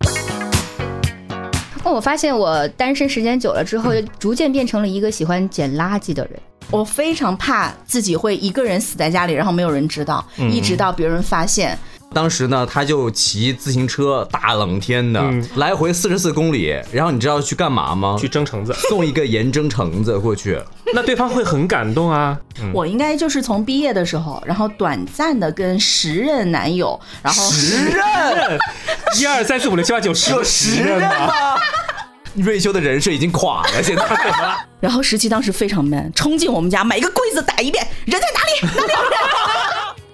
那哦我发现我单身时间久了之后，嗯就逐渐变成了一个喜欢捡垃圾的人。我非常怕自己会一个人死在家里，然后没有人知道，一直到别人发现。当时呢，他就骑自行车，大冷天的，来回四十四公里。然后你知道去干嘛吗？去蒸哦橙子，送一个盐蒸橙子过去。那对方会很感动啊。我应该就是从毕业的时候，然后短暂的跟十任男友，然后十任，一二三四五六七八九十，啊有十任吗？吗？瑞秋的人设已经垮了，现在然后十七当时非常闷，冲进我们家买一个柜子打一遍，人在哪里？哪里有人？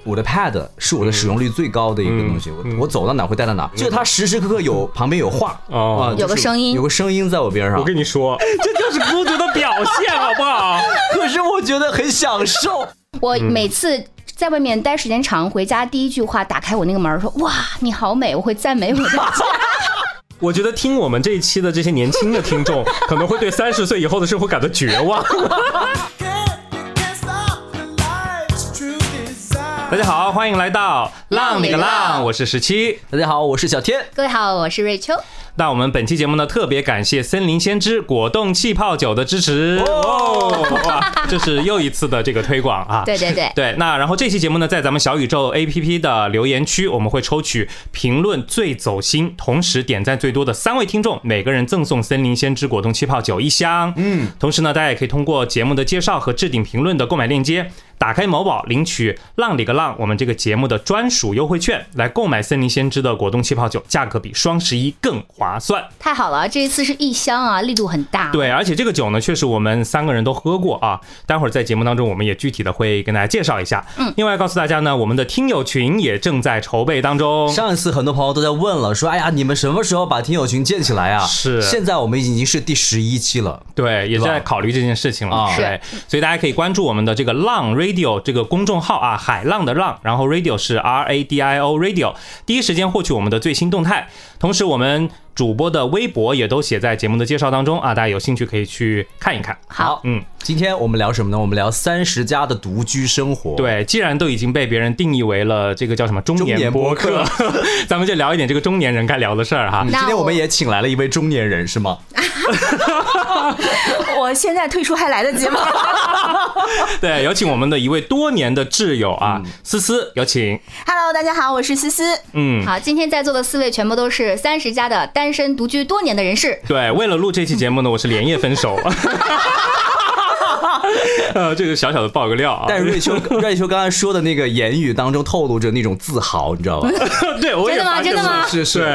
我的 Pad 是我的使用率最高的一个东西，我我走到哪会带到哪，就它时时刻刻有旁边有话啊，哦就是有个声音有个声音在我边上我。跟你说， 这就是孤独的表现，好不好？可是我觉得很享受。我嗯每次在外面待时间长，回家第一句话打开我那个门儿说：“哇，你好美！”我会赞美我的家。 我觉得听我们这一期的这些年轻的听众，可能会对三十岁以后的生活感到绝望。 大家好，欢迎来到浪里个浪，我是十七。大家好，我是小天。各位好，我是瑞秋。那我们本期节目呢，特别感谢森林先知果冻气泡酒的支持哦，哇，这是又一次的这个推广啊。对对对，对，那然后这期节目呢，在咱们小宇宙 APP 的留言区，我们会抽取评论最走心，同时点赞最多的三位听众，每个人赠送森林先知果冻气泡酒一箱。嗯，同时呢，大家也可以通过节目的介绍和置顶评论的购买链接。打开某宝领取“浪里个浪”我们这个节目的专属优惠券，来购买森林先知的果冻气泡酒，价格比双十一更划算。太好了，这一次是一箱啊，力度很大。，对，而且这个酒呢，确实我们三个人都喝过啊。待会儿在节目当中，我们也具体的会跟大家介绍一下。嗯，另外告诉大家呢，我们的听友群也正在筹备当中。上一次很多朋友都在问了，说：“哎呀，你们什么时候把听友群建起来啊？”是现在我们已经是第十一期了。对，也对吧在考虑这件事情了啊。对，所以大家可以关注我们的这个浪 radio 这个公众号啊，海浪的浪，然后 radio 是 R A D I O radio，第一时间获取我们的最新动态。同时，我们主播的微博也都写在节目的介绍当中啊，大家有兴趣可以去看一看。好，嗯，今天我们聊什么呢？我们聊三十加的独居生活。，对，既然都已经被别人定义为了这个叫什么中中年年播播嗯客， 咱们就聊一点这个中年人该聊的事儿哈。那今天我我们也请来了一位中年人，是吗？我现在退出还来得及吗？对，有请我们的一位多年的挚友啊，思思，有请。 Hello，大家好，我是思思。嗯，好，今天在座的四位全部都是三十加的单身独居多年的人士。对，为了录这期节目呢，我是连夜分手。呃，这个小小的爆个料哦啊，但是 瑞秋，瑞秋刚才说的那个言语当中透露着那种自豪，你知道 吧？ 对，我也真的吗发现真的吗了是是对，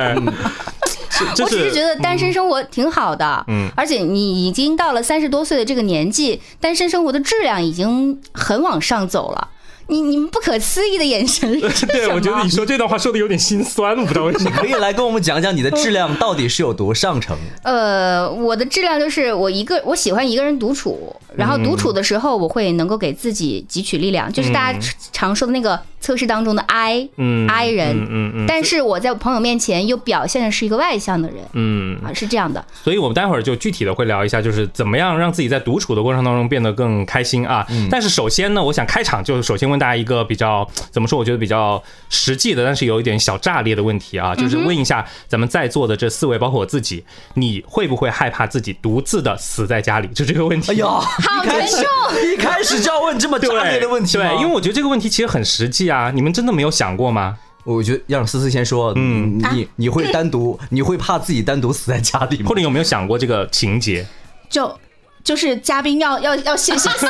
这 嗯我只是觉得单身生活挺好的，嗯，而且你已经到了三十多岁的这个年纪，单身生活的质量已经很往上走了。你你们不可思议的眼神是 什么？对，我觉得你说这段话说的有点心酸，我不知道为什么。可以来跟我们讲讲你的质量到底是有多上乘？呃，我的质量就是我一个，我喜欢一个人独处，然后独处的时候，我会能够给自己汲取力量，就是大家常说的那个测试当中的 I，I、嗯 I 人。嗯嗯嗯但是我在朋友面前又表现的是一个外向的人嗯，啊，是这样的。所以我们待会儿就具体的会聊一下，就是怎么样让自己在独处的过程当中变得更开心啊。嗯但是首先呢，我想开场就是首先问大家一个比较怎么说，我觉得比较实际的，但是有一点小炸裂的问题啊，嗯就是问一下咱们在座的这四位，包括我自己，你会不会害怕自己独自的死在家里？就这个问题。哎呀，好难受！ 一开始就要问这么 对炸裂的问题吗啊对，因为我觉得这个问题其实很实际啊，你们真的没有想过吗？我觉得要让思思先说，嗯，啊你你会单独，你会怕自己单独死在家里吗或？者有没有想过这个情节？就就是嘉宾要要要先先死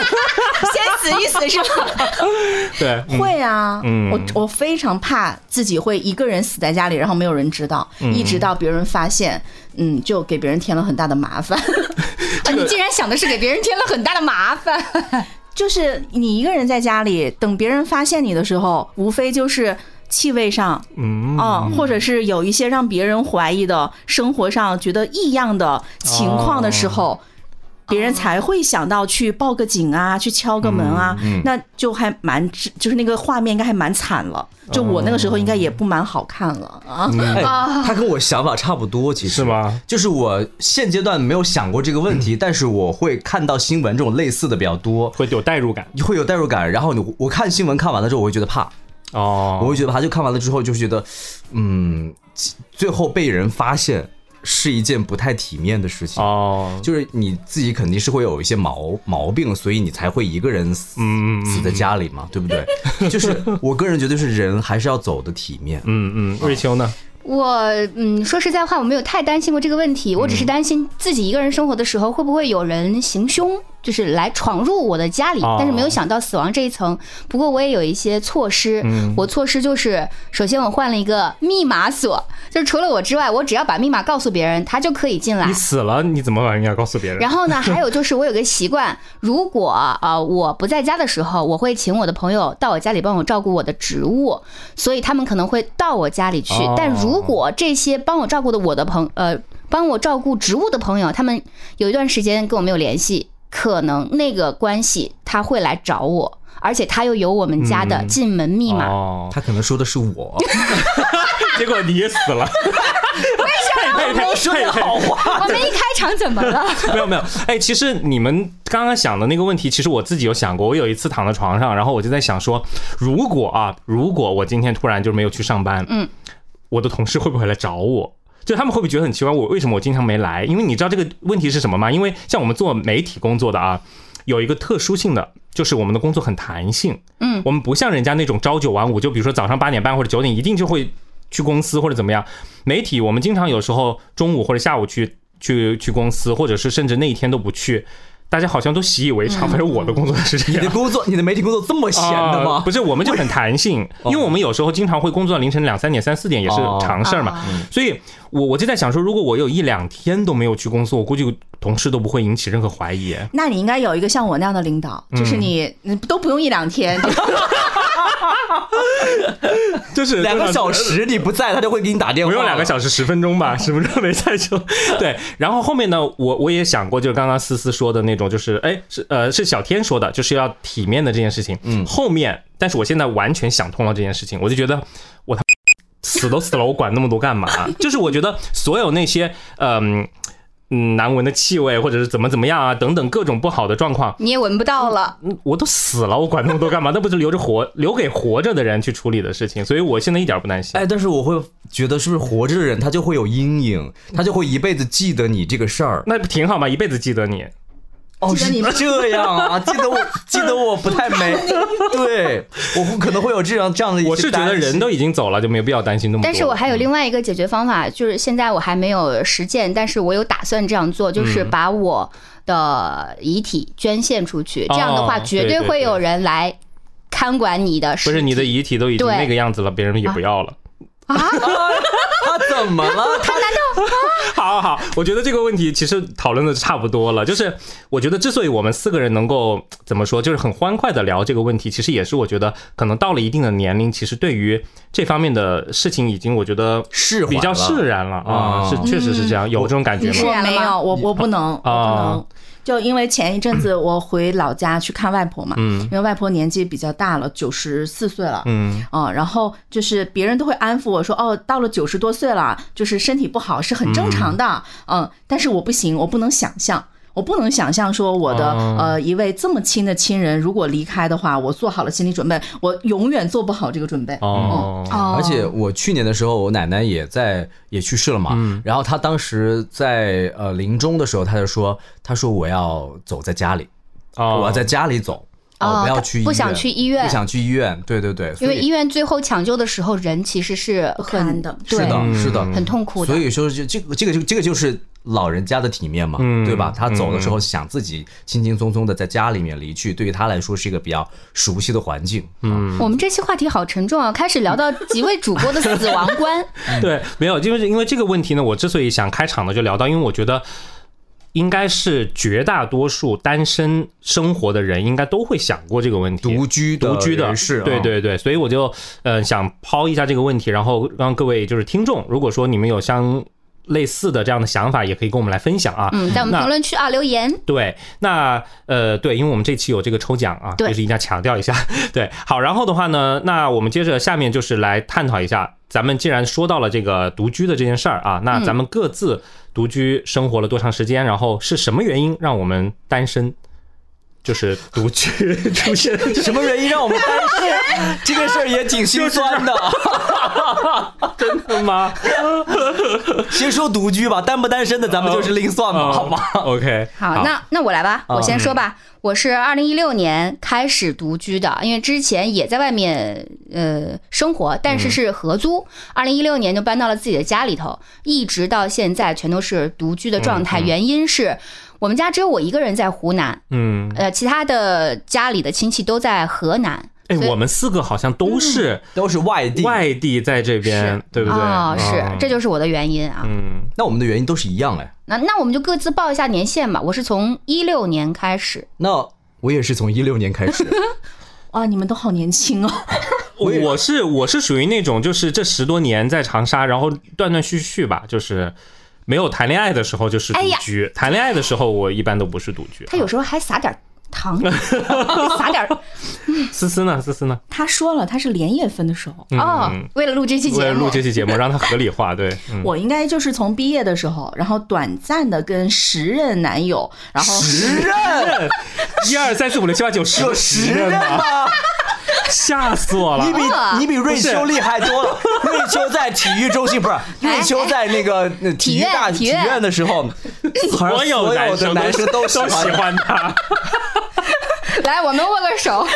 先死一死是吧？对，嗯会啊，嗯我我非常怕自己会一个人死在家里，然后没有人知道，嗯一直到别人发现，嗯，就给别人添了很大的麻 烦。啊，你竟然想的是给别人添了很大的麻 烦。就是你一个人在家里，等别人发现你的时候，无非就是气味上，嗯嗯，或者是有一些让别人怀疑的生活上觉得异样的情况的时候，哦别人才会想到去报个警啊，去敲个门啊，那就还蛮就是那个画面应该还蛮惨了。就我那个时候应该也不蛮好看了啊。哎，他跟我想法差不多，其实嗯是吗？嗯就是我现阶段没有想过这个问题，但是我会看到新闻这种类似的比较多，会有代入感会有代入感。然后你我看新闻看完了之后，我会觉得怕，哦我会觉得怕。就看完了之后，就会觉得，嗯，最后被人发现是一件不太体面的事情。哦，就是你自己肯定是会有一些毛毛病，所以你才会一个人死、嗯嗯嗯死在家里嘛，对嗯不对？就是我个人觉得，是人还是要走的体面。嗯嗯，瑞秋呢？我嗯，说实在话，我没有太担心过这个问题，我只是担心自己一个人生活的时候，会不会有人行凶，就是来闯入我的家里。哦但是没有想到死亡这一层。不过我也有一些措施，我措施就是，首先我换了一个密码锁，就是除了我之外，我只要把密码告诉别人，他就可以进来你。死了，你怎么把人家告诉别人？然后呢，还有就是我有个习 惯，如果呃我不在家的时候，我会请我的朋友到我家里帮我照顾我的植物，所以他们可能会到我家里去。哦但如果这些帮我照顾的我的朋呃帮我照顾植物的朋友，他们有一段时间跟我没有联系，可能那个关系他会来找我，而且他又有我们家的进门密码。嗯哦，他可能说的是我，结果你也死 了。为什么说的好话？我们一开场怎么了？ 没有没有，哎，其实你们刚刚想的那个问题，其实我自己有想过。我有一次躺在床上，然后我就在想说，如果啊，如果我今天突然就没有去上班，嗯，我的同事会不会来找我？就他们会不会觉得很奇怪，我为什么我经常没来？因为你知道这个问题是什么吗？因为像我们做媒体工作的啊，有一个特殊性的，就是我们的工作很弹性。嗯，我们不像人家那种朝九晚五，就比如说早上八点半或者九点一定就会去公司或者怎么样。媒体我们经常有时候中午或者下午去去去公司，或者是甚至那一天都不去，大家好像都习以为常。反正我的工作是这 你样的。工作，你的媒体工作这么闲的啊吗？不是，我们就很弹性，因为我们有时候经常会工作到凌晨两三点、三四点也是哦常事儿嘛。啊所以我我就在想说，如果我有一两天都没有去公司，我估计同事都不会引起任何怀疑。那你应该有一个像我那样的领导，就是你你都不用一两天，就是两个小时你不在，他就会给你打电话。不用两个小时，时，十分钟吧，十分钟没在就对。然后后面呢，我我也想过，就是刚刚思思说的那种，就是哎是呃是小天说的，就是要体面的这件事情。嗯，后面，但是我现在完全想通了这件事情，我就觉得我他死都死了，我管那么多干嘛？就是我觉得所有那些嗯。嗯，难闻的气味，或者是怎么怎么样啊，等等各种不好的状况， 你也闻不到了，嗯我都死了，我管那么多干嘛？那不是留着活留给活着的人去处理的事情，所以我现在一点儿不担心。哎，但是我会觉得，是不是活着的人他就会有阴影，他就会一辈子记得你这个事儿。那不挺好吗？一辈子记得你。哦，记得你是这样啊？记 得我，记得我不太美。对，我会可能会有这样这样的一些我是觉得担心人都已经走了，就没有必要担心那么多。但是我还有另外一个解决方法，就是现在我还没有实践，但是我有打算这样做，就是嗯把我的遗体捐献出去。这样的话，哦绝对对会有人来看管你的尸不体。是你的遗体都已经对啊那个样子了，别人也不要了。他怎么 了？他好好，我觉得这个问题其实讨论的差不多了。就是我觉得之所以我们四个人能够怎么说，就是很欢快的聊这个问题，其实也是我觉得可能到了一定的年龄，其实对于这方面的事情已经我觉得释怀比较了释然了啊，哦是确实是这样，有这种感觉你是吗？我然了没吗有，我我不能，我不啊能。就因为前一阵子我回老家去看外婆嘛，因为外婆年纪比较大了，九十四岁了，嗯，嗯，然后就是别人都会安抚我说，哦，到了九十多岁了，就是身体不好是很正常的，嗯，但是我不行，我不能想象。我不能想象说我的、哦呃一位这么亲的亲人如果离开的话，我做好了心理准备，我永远做不好这个准备。哦，而且我去年的时候，我奶奶也在也去世了嘛。嗯然后她当时在呃临终的时候，她就说：“她说我要走在家里，哦我要在家里走，哦我不要她去医不院想去医院不想去医院。”对对对，因所为以医院最后抢救的时候，人其实是很堪的对是嗯的，是的，很痛苦的。所以说就这个这个就这个就是老人家的体面嘛，对吧？他走的时候想自己轻轻松松的在家里面离去，对于他来说是一个比较熟悉的环境。嗯，我们这期话题好沉重啊，开始聊到几位主播的死亡 观。对，没有，就是因为这个问题呢，我之所以想开场呢就聊到，因为我觉得应该是绝大多数单身生活的人应该都会想过这个问题，独居的独居的人士啊对对对，所以我就呃想抛一下这个问题，然后让各位就是听众，如果说你们有相类似的这样的想法，也可以跟我们来分享啊。嗯，在我们那评论区啊留言。对，那呃，对，因为我们这期有这个抽奖啊，对就是一定要强调一下。 对，好，然后的话呢，那我们接着下面就是来探讨一下，咱们既然说到了这个独居的这件事儿啊，嗯那咱们各自独居生活了多长时间，然后是什么原因让我们单身？就是独居出现，什么原因让我们单身？这个事儿也挺心酸 的。真的吗？ 先说独居吧，单不单身的咱们就是另算吧，好吗？ ？OK，好，那那我来吧，嗯我先说吧。我是二零一六年开始独居的，因为之前也在外面呃生活，但嗯是是合租。二零一六年就搬到了自己的家里头，一直到现在全都是独居的状态。原因是我们家只有我一个人在湖南，嗯，呃，其他的家里的亲戚都在河南。哎，所以嗯我们四个好像都是都是外地，外地在这边是，对不对？哦，是，嗯这就是我的原因啊。嗯，那我们的原因都是一样哎。那那我们就各自报一下年限吧。我是从一六年开始，那我也是从一六年开始，哇，你们都好年轻哦！ 我也我是我是属于那种，就是这十多年在长沙，然后断断续续吧，就是没有谈恋爱的时候就是独哎呀居，谈恋爱的时候我一般都不是独居。他有时候还撒点儿 糖，撒点儿思思呢？思思呢？他说了，他是连夜分的时候，哦，为了录这期嗯为节了录目，这期节目，让它合理化，对， 嗯我应该就是从毕业的时候，然后短暂的跟十任男友，然后十任一二三四五六七八九十有十任吗？吗？吓死我你了！比啊你比瑞秋厉害多了。瑞秋在体育中心不是瑞秋在那个那体育大体体院体院院的时候，好像 所有所有的生男生都都喜喜欢欢他，来，我们握个手。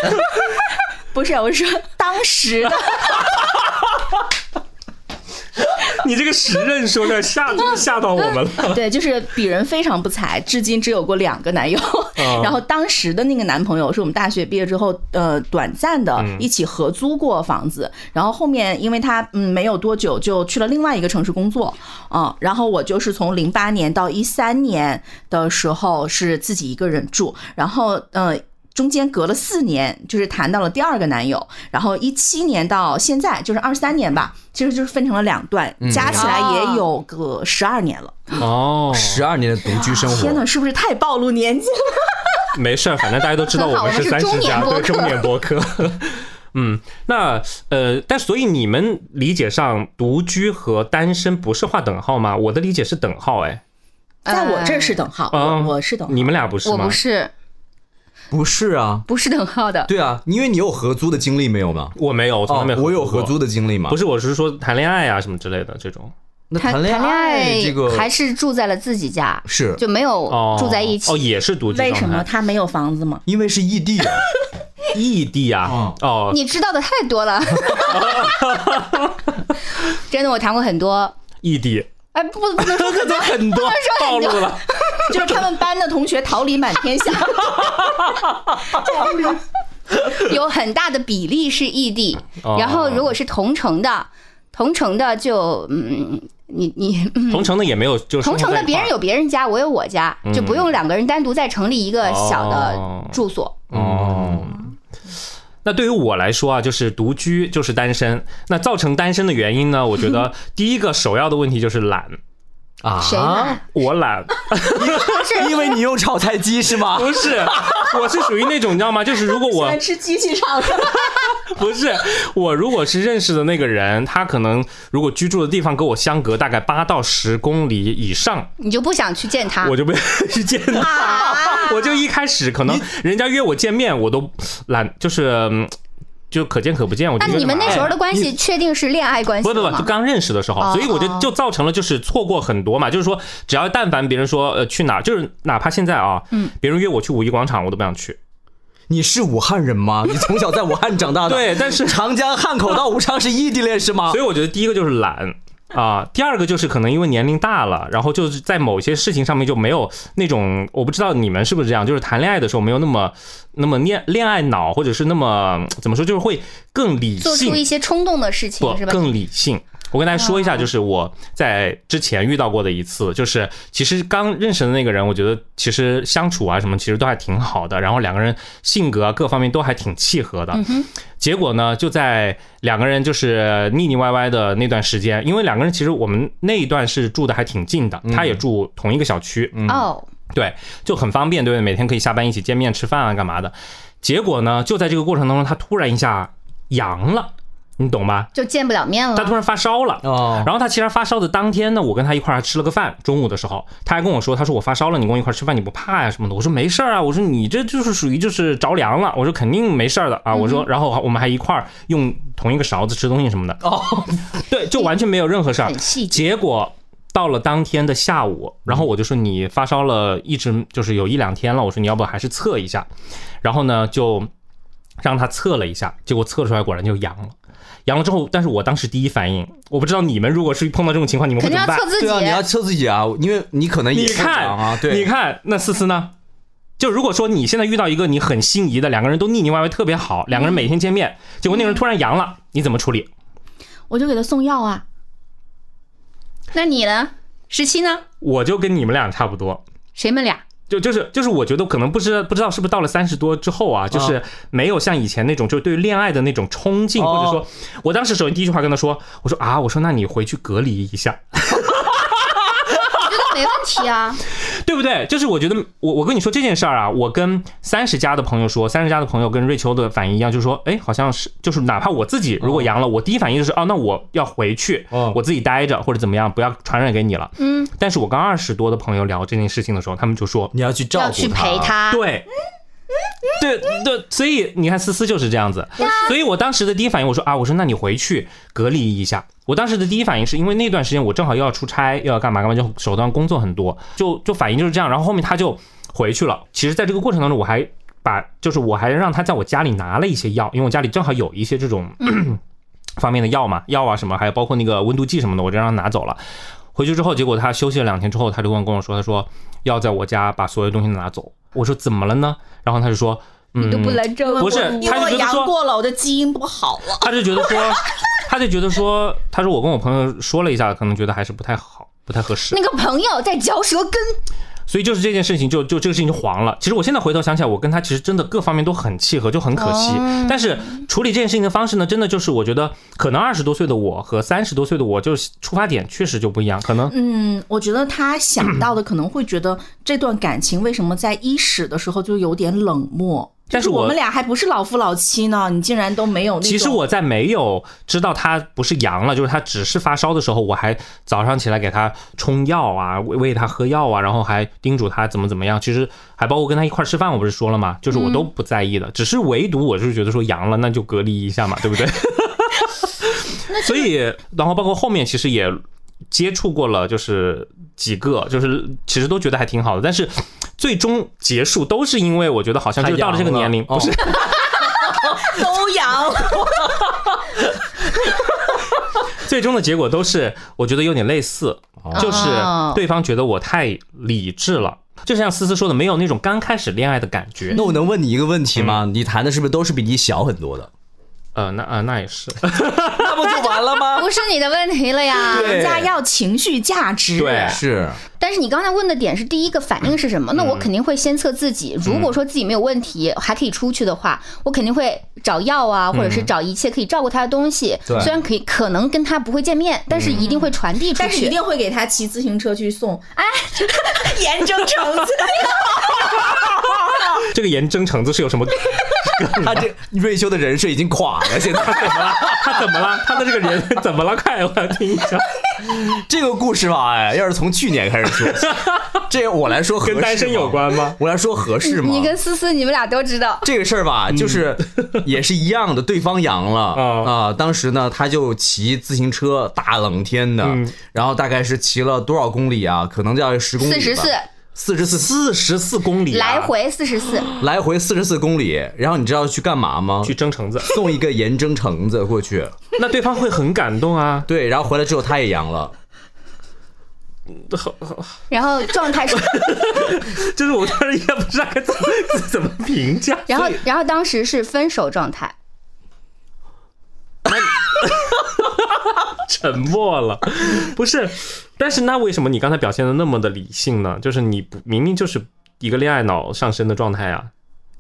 不是，我是说当时的你这个时任说的吓真的吓到我们 了。对，就是鄙人非常不才，至今只有过两个男友。 然后当时的那个男朋友是我们大学毕业之后，呃，短暂的一起合租过房子。然后后面因为他嗯没有多久就去了另外一个城市工作啊、然后我就是从零八年到一三年的时候是自己一个人住，然后呃。中间隔了四年，就是谈到了第二个男友，然后一七年到现在就是二三年吧，其实就是分成了两段，加起来也有个十二年了。哦，十二年的独居生天活哪，，是不是太暴露年纪了？没事儿，反正大家都知道很好们我是三们是十中年加，播对客中年博客。 嗯，那呃，但所以你们理解上，独居和单身不是划等号吗？我的理解是等号，哎，在我这儿是等号，嗯我我是等号。你们俩不是呃我吗？不是，不是啊？不是等号的。对啊，因为你有合租的经历没有吗？我没有，我从来哦没，我有过合租，的经历嘛不。是，我是说谈恋爱啊什么之类的这种。那谈恋爱这个还是住在了自己家，是就没有哦，住在一起。哦，也是独居状为态。什么他没有房子吗？因为是异地啊，异地啊嗯？哦，你知道的太多 了，真的，我谈过很多。异地，哎，不，不能 说这很多暴露了。就是他们班的同学逃离满天 下，有很大的比例是异地，哦 然后如果是同城的，同城的就嗯，你你同城的也没有，就是同城的别人有别人家，我有我家，就不用两个人单独再成立一个小嗯哦的住所。哦。那对于我来说啊，就是独居就是单身。那造成单身的原因呢？我觉 得第一个首要的问题就是懒，啊，谁买？我懒，因为你用炒菜机是吗？ 不是，我是属于那种你知道吗？就是如果现我在吃机器厂了。 不是我，如果是认识的那个人，他可能如果居住的地方跟我相隔大概八到十公里以上，你就不想去见他我？就不愿意 见啊他。我就一开始可能人家约我见面，我都懒，就是嗯就可见可不见。我就那觉得你们那时候的关哎系确定是恋爱关系不不了不，就吗？刚认识的时候，所以我就哦就造成了就是错过很多嘛，就是说只要但凡别人说呃去哪儿，就是哪怕现在啊，嗯别人约我去五一广场，我都不想去。你是武汉人吗？你从小在武汉长大嗯的？对， 但是长江汉口到武昌是异地恋是吗所？以我觉得第一个就是懒。啊，第二个就是可能因为年龄大了，然后就是在某些事情上面就没有那种，我不知道你们是不是这样，就是谈恋爱的时候没有那么那么恋恋爱脑，或者是那么怎么说，就是会更理做出一性，些冲动的事不情是吧？嗯更理性。我跟大家说一下，就是我在之前遇到过的一次，就是其实刚认识的那个人，我觉得其实相处啊什么，其实都还挺好的，然后两个人性格啊各方面都还挺契嗯合的。结果呢，就在两个人就是腻腻歪歪的那段时间，因为两个人其实我们那一段是住的还挺近嗯的，他也住同一个小区，哦，对，就很方便，对不对？每天可以下班一起见面吃饭啊，干嘛的？结果呢，就在这个过程当中，他突然一下阳了。你懂吗？就见不了面了他。突然发烧了。哦，然后他其实发烧的当天呢，我跟他一块儿吃了个饭，中午的时候，他还跟我说，他说我发烧了，你跟我一块儿吃饭，你不怕呀、什么的？我说没事儿啊，我说你这就是属于就是着凉了，我说肯定没事儿的嗯啊，我说，然后我们还一块儿用同一个勺子吃东西什么的，哦，对，就完全没有任何事儿很，细节结果。到了当天的下午，然后我就说你发烧了，一直就是有一两天了，我说你要不还是测一下，然后呢就让他测了一下，结果测出来果然就阳了。阳了之后，但是我当时第一反应，我不知道你们如果是碰到这种情况，你们会肯怎定要么办？测自己。对啊，你要测自己啊，因为你可能也你看正常啊，对，你看那思思呢？就如果说你现在遇到一个你很心仪的，两个人都腻腻歪歪特别好，两个人每天见面，结果那个人突然阳了，你怎么处理？我就给他送药啊。那你呢？十七呢？我就跟你们俩差不多，谁们 俩？就就是就是，我觉得可能不知不知道是不是到了三十多之后啊，就是没有像以前那种，就是对恋爱的那种冲劲，哦或者说，我当时首先第一句话跟他说，我说啊，我说那你回去隔离一下， 我觉得没问题啊。对不对？就是我觉得我我跟你说这件事儿啊，我跟三十加的朋友说，三十加的朋友跟瑞秋的反应一样，就是说，哎，好像是就是哪怕我自己如果阳了，我第一反应就是哦，那我要回去，嗯我自己待着或者怎么样，不要传染给你了。嗯，但是我跟二十多的朋友聊这件事情的时候，他们就说，你要去照顾要去陪他。对。对对，所以你看思思就是这样子，所以我当时的第一反应我说啊，我说那你回去隔离一下。我当时的第一反应是因为那段时间我正好又要出差，又要干嘛干嘛，就手头上工作很多，就就反应就是这样。然后后面他就回去了。其实，在这个过程当中，我还把就是我还让他在我家里拿了一些药，因为我家里正好有一些这种方面的药嘛，药啊什么，还有包括那个温度计什么的，我就让他拿走了。回去之后，结果他休息了两天之后，他就跟我跟我说，他说要在我家把所有东西拿走。我说怎么了呢？然后他就说，嗯，来这不是因嗯他为就我觉得阳说过了，我的基因不好了。他就觉得说，他就觉得说，他说我跟我朋友说了一下，可能觉得还是不太好，不太合适那。个朋友在嚼舌 根，所以就是这件事情就就这个事情就黄了。其实我现在回头想起来，我跟他其实真的各方面都很契合，就很可惜。但是处理这件事情的方式呢，真的就是我觉得可能二十多岁的我和三十多岁的我，就是出发点确实就不一样，可能嗯，我觉得他想到的可能会觉得这段感情为什么在伊始的时候就有点冷漠。但就是我我们俩还不是老夫老妻呢，你竟然都没有那种。其实我在没有知道他不是阳了，就是他只是发烧的时候，我还早上起来给他冲药啊，喂喂他喝药啊，然后还叮嘱他怎么怎么样。其实还包括跟他一块儿吃饭，我不是说了嘛，就是我都不在意的，只是唯独我就是觉得说阳了，那就隔离一下嘛，对不对？所以，然后包括后面其实也接触过了，就是几个，就是其实都觉得还挺好的，但是最终结束都是因为我觉得好像就是到了这个年龄，他阳了哦不是都阳，最终的结果都是我觉得有点类似，哦就是对方觉得我太理智了，就像思思说的，没有那种刚开始恋爱的感觉。嗯那我能问你一个问题嗯吗？你谈的是不是都是比你小很多 的？呃，那呃那也是， 那不就完了吗？ 不是你的问题了呀。对人家要情绪价值。对哎是， 但是你刚才问的点是第一个反应是什么？那我肯定会先测自己。如果说自己没有问题，还可以出去的话，我肯定会找药啊，或者是找一切可以照顾他的东西。对虽然可以可能跟他不会见面，但是一定会传递出但是一去。定会给他骑自行车去送。哎， 严正橙子，这个盐蒸橙子是有什么？ 他这瑞秋的人设已经垮了，现在怎 么了？他怎么了？他的这个人怎么了？快，我要听 一下。这个故事吧，哎，要是从去年开始说 起，这我来说合适吗跟单身有关吗？我来说合适吗？你跟思思，你们俩都知道。这个事儿吧，就是也是一样的，对方阳了啊、嗯啊当时呢，他就骑自行车，大冷天的，嗯然后大概是骑了多少公里啊？可能要十公里吧，四十四，四十四，四十四公里、啊来回四十四，来回四十四公里。然后你知道去干嘛吗？去蒸橙子，送一个盐蒸橙子过去。那对方会很感动啊。 对，然后回来之后他也阳了，然后状态是，就是我当时也不知道该怎么 怎么评价。然后然后当时是分手状态。沉默了，不是？但是那为什么你刚才表现的那么的理性呢？就是你不明明就是一个恋爱脑上升的状态啊，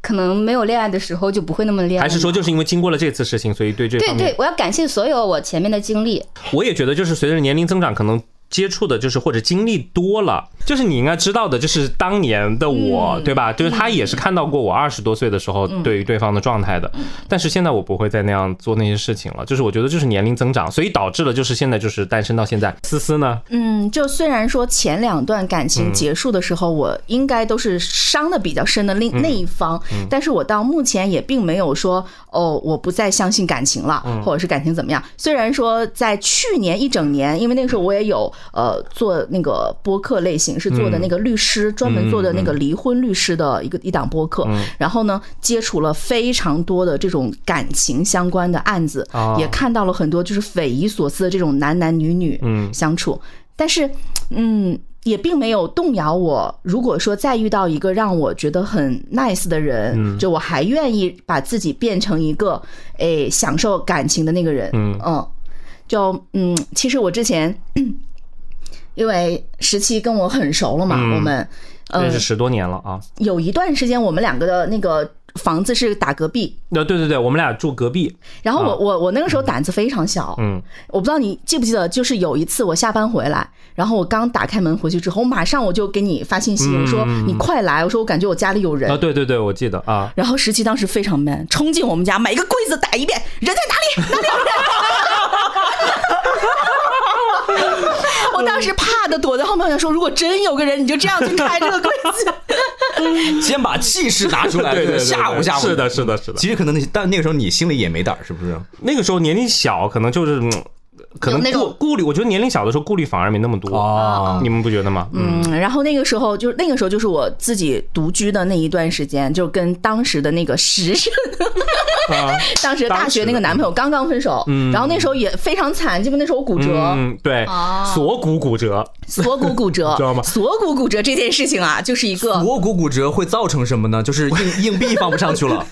可能没有恋爱的时候就不会那么恋爱，还是说就是因为经过了这次事情，所以对这啊对方面，啊对，我要感谢所有我前面的经历，我也觉得就是随着年龄增长，可能接触的就是或者经历多了，就是你应该知道的，就是当年的我，对吧？就是他也是看到过我二十多岁的时候对于对方的状态的，但是现在我不会再那样做那些事情了，就是我觉得就是年龄增长，所以导致了就是现在就是单身到现在。思思呢，嗯，就虽然说前两段感嗯情结束的时候，我应该都是伤的比较深的嗯另那一方，但是我到目前也并没有说哦，我不再相信感情了，嗯或者是感情怎么样。虽然说在去年一整年，因为那个时候我也有呃做那个播客类型，是做嗯的那个律师，专门做的那个离婚律师的一个一档播客，嗯然后呢接触了非常多的这种感情相关的案子，哦也看到了很多就是匪夷所思的这种男男女女嗯相处，但是嗯，也并没有动摇我。如果说再遇到一个让我觉得很 nice 的人，嗯就我还愿意把自己变成一个诶、享受感情的那个人，嗯就嗯，其实我之前因为十七跟我很熟了嘛，嗯我们呃认识十多年了啊。有一段时间我们两个的那个房子是打隔壁，那呃对对对，我们俩住隔壁，然后我、啊我我那个时候胆子非常小，嗯，我不知道你记不记得，就是有一次我下班回来，然后我刚打开门回去之后，我马上我就给你发信息，嗯我说你快来，我说我感觉我家里有啊，人。对对对，我记得啊，然后十七当时非常 man，冲进我们家，每个柜子打一遍，人在哪里？哪里 有人？我当时怕的躲在后面，我想说，如果真有个人，你就这样去开这个柜子。先把气势 拿出来， 对对对， 吓唬吓唬。是的，是的，是的。其实可能那但那个时候你心里也没胆儿，是不是？那个时候年龄小，可能就是，嗯可能有那顾种顾虑，我觉得年龄小的时候顾虑反而没那么多，哦你们不觉得吗？嗯，然后那个时候就是那个时候就是我自己独居的那一段时间，就跟当时的那个时尚啊， 当时大学那个男朋友刚刚分手，然后那时候也非常惨，基本那时候我骨折，嗯，对哦，锁骨骨折，锁骨骨 折，知道吗锁骨骨折这件事情啊，就是一哦个锁骨骨折会造成什么呢？就是硬硬币放不上去了。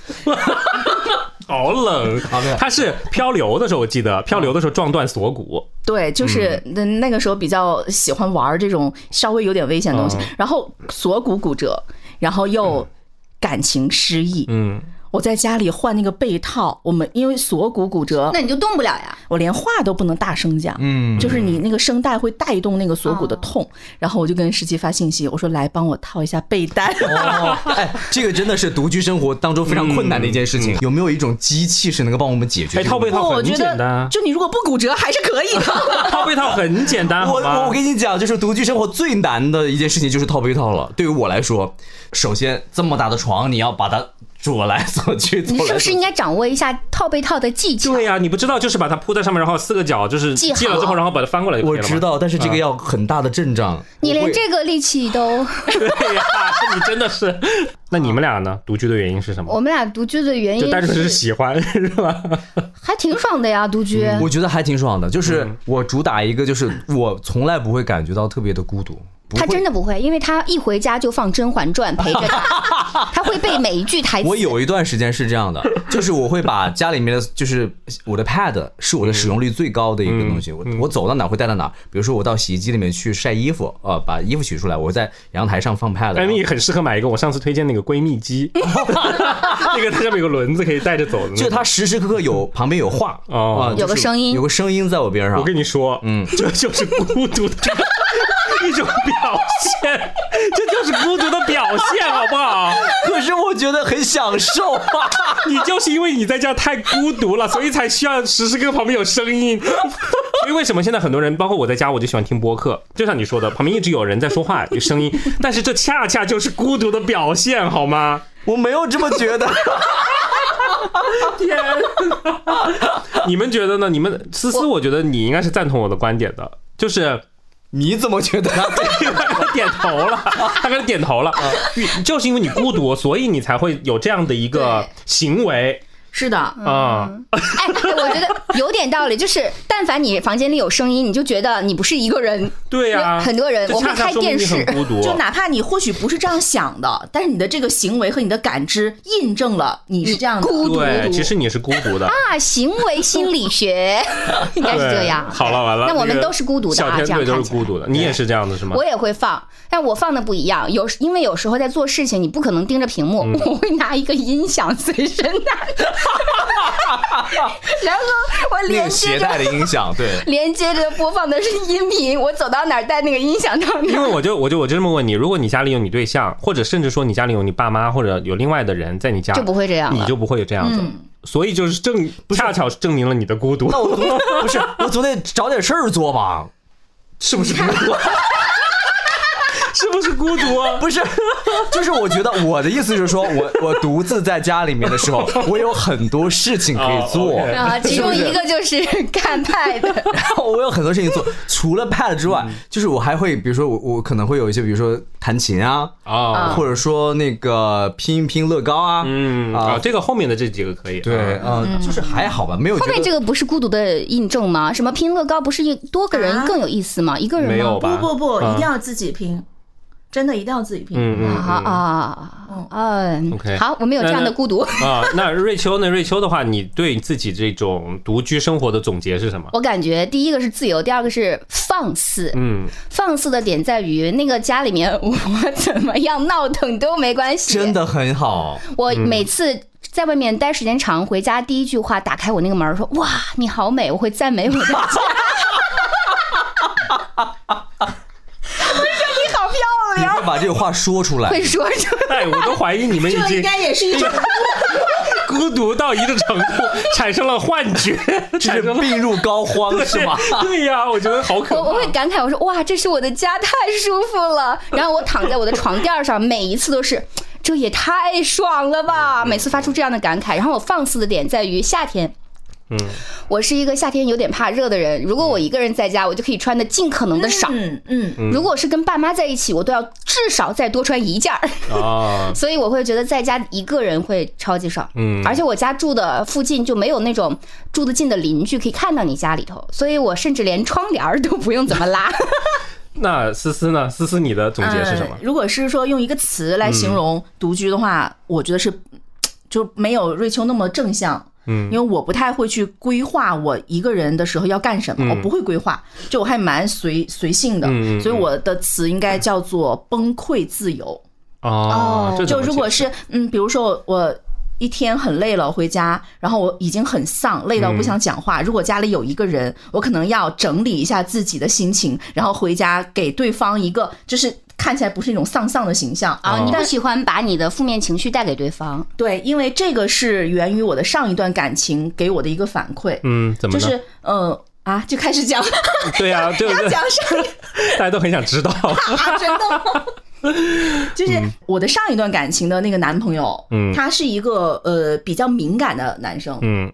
好冷啊对。他是漂流的时候，我记得漂流的时候撞断锁骨，对，就是嗯那那个时候比较喜欢玩这种稍微有点危险的东西嗯，然后锁骨骨折，然后又感情失忆，嗯，我在家里换那个被套，我们因为锁骨骨折，那你就动不了呀。我连话都不能大声讲，嗯，就是你那个声带会带动那个锁骨的痛，然后我就跟十七发信息，我说来帮我套一下被单。哦，哎，这个真的是独居生活当中非常困难的一件事情。嗯有没有一种机器是能够帮我们解决哎，这个套问被题？套不，我很觉简单得 啊，就你如果不骨折还是可以 的。套被套很简单，哎好我吗？我跟你讲，就是独居生活最难的一件事情就是套被套了。对于我来说，首先这么大的床，你要把它左来左去，你左是来不是左应去。该掌握一下套被套的技巧？对呀、你不知道就是把它铺在上面，然后四个角就是系好系了之后，然后把它翻过来就可我以了嘛知，道，但是这个要很大的阵仗。你我连会这个力气 都……对呀、你真的是。那你们俩呢？独居的原因是什么？我们俩独居的原就单因纯是是喜嗯欢 是吧？还挺爽的呀，独居。我觉得还挺爽的，就是嗯我主打一个，就是我从来不会感觉到特别的孤独。不他会真的不会，因为他一回家就放《甄嬛传》陪着他， 他会背每一句台词。 我有一段时间是这样的，就是我会把家里面的，就是我的 Pad 是我的使用率最高的一个东西，我我走到哪儿会带到哪儿。比如说我到洗衣机里面去晒衣服，呃，把衣服取出来，我会在阳台上放 Pad，哎，然后你很适合买一个我上次推荐那个闺 蜜机，啊那个它上面有个轮子可以带着走的那个。就是它时时刻刻有旁边有画，啊哦就是有个声音有个声音在我边上我。跟你说，嗯，这就是孤独的 一种表现，这就是孤独的表现，好不好？可是我觉得很享受啊！ 你就是因为你在家太孤独了，所以才需要时时刻刻旁边有声 音。所以为什么现在很多人，包括我在家，我就喜欢听播客，就像你说的，旁边一直有人在说话，有声 音，但是这恰恰就是孤独的表现，好吗？我没有这么觉得，天哪， 你们觉得呢？你们思思，我觉得你应该是赞同我的观点的，就是。你怎么觉得？他点头了，他开始点头了，就是因为你孤独，所以你才会有这样的一个行为是的，啊。哎，哎我觉得有点道理，就是但凡你房间里有声音，你就觉得你不是一个人。对呀、很多人这恰恰说明你很孤独。就哪怕你或许不是这样想的，但是你的这个行为和你的感知印证了你是这样的。孤独对，其实你是孤独的，啊，行为心理学 应该是这样。 对好了，完了，那我那们个都是孤独的小啊，天这样对都看是起来孤。独的，你也是这样的是吗我？也会放，但我放的不一样。 有时因为有时候在做事情，你不可能盯着屏幕，我会拿一个音响随身带。然后我那连个携接带着的音响，对，连接着播放的是音频，我走到哪儿带那个音响到哪因 儿。为我就我就我就这么问你，如果你家里有你对象，或者甚至说你家里有你爸妈，或者有另外的人在你家，就不会这样了嗯你就不会有这样子。所以就是哦证，恰巧证明了你的孤独。那我总不是我总得找点事儿做吧？是不是孤独？是不是孤独啊？ 不是，就是我觉得我的意思就是说，我我独自在家里面的时候，我有很多事情可以做。哦，OK 啊，其中一个就是 看派的，我有很多事情做，除了 Pad 之嗯外，就是我还会，比如说我我可能会有一些，比如说弹琴啊， 嗯啊，或者说那个拼一拼乐高啊，嗯啊，啊，这个后面的这几个可以。啊对，嗯，就是还好吧，没有觉后面这得。个不是孤独的印证吗？什么拼乐高不是一多个人啊更有意思吗？一个人没吗？有吧？不不不，嗯一定要自己拼，真的一定要自己拼。嗯嗯啊啊嗯 OK 好，我们有这样的孤独。 啊，那瑞秋呢？瑞秋的话，你对自己这种独居生活的总结是什么？我感觉第一个是自由，第二个是放肆。嗯，放肆的点在于，那个家里面 我怎么样闹腾都没关系。真，的很好，我每次在外面待时间长，回家第一句话打开我那个门儿说：“哇，你好美！”我会赞美我的家。我说你好漂你会把这个话说出来亮，会，说出 来。哎，我都怀疑你们已这应经该也是一种 孤独到一定程度，产生了幻觉，就产是生了病入膏肓，是吧？ 对呀、我觉得好可我我怕会。感慨，我说哇，这是我的家，太舒服了。然后我躺在我的床垫上，每一次都是，这也太爽了吧！每次发出这样的感慨。然后我放肆的点在于夏天。嗯，我是一个夏天有点怕热的人。如果我一个人在家，我就可以穿的尽可能的少。嗯嗯，如果是跟爸妈在一起，我都要至少再多穿一件儿。啊，所以我会觉得在家一个人会超级爽。嗯而且我家住的附近就没有那种住得近的邻居可以看到你家里头，所以我甚至连窗帘儿都不用怎么拉。那思思呢？思思，你的总结是什么呃？嗯如果是说用一个词来形容独居的话，我觉得是就没有瑞秋那么正向。嗯因为我不太会去规划我一个人的时候要干什么，嗯我不会规划，就我还蛮随随性的，嗯嗯嗯所以我的词应该叫做崩溃自由。哦这怎就么如果解是嗯，比如说我我一天很累了回家，然后我已经很丧，累到不想讲嗯话。如果家里有一个人，我可能要整理一下自己的心情，然后回家给对方一个就是看起来不是那种丧丧的形象啊，你但不喜欢把你的负面情绪带给对方，对，因为这个是源于我的上一段感情给我的一个反馈，嗯，怎么就呢？是呃啊，就开始讲 对呀、对不要对？讲上一大家都很想知 道。啊，真的吗？ 就是我的上一段感情的那个男朋友，嗯他是一个呃比较敏感的男生，嗯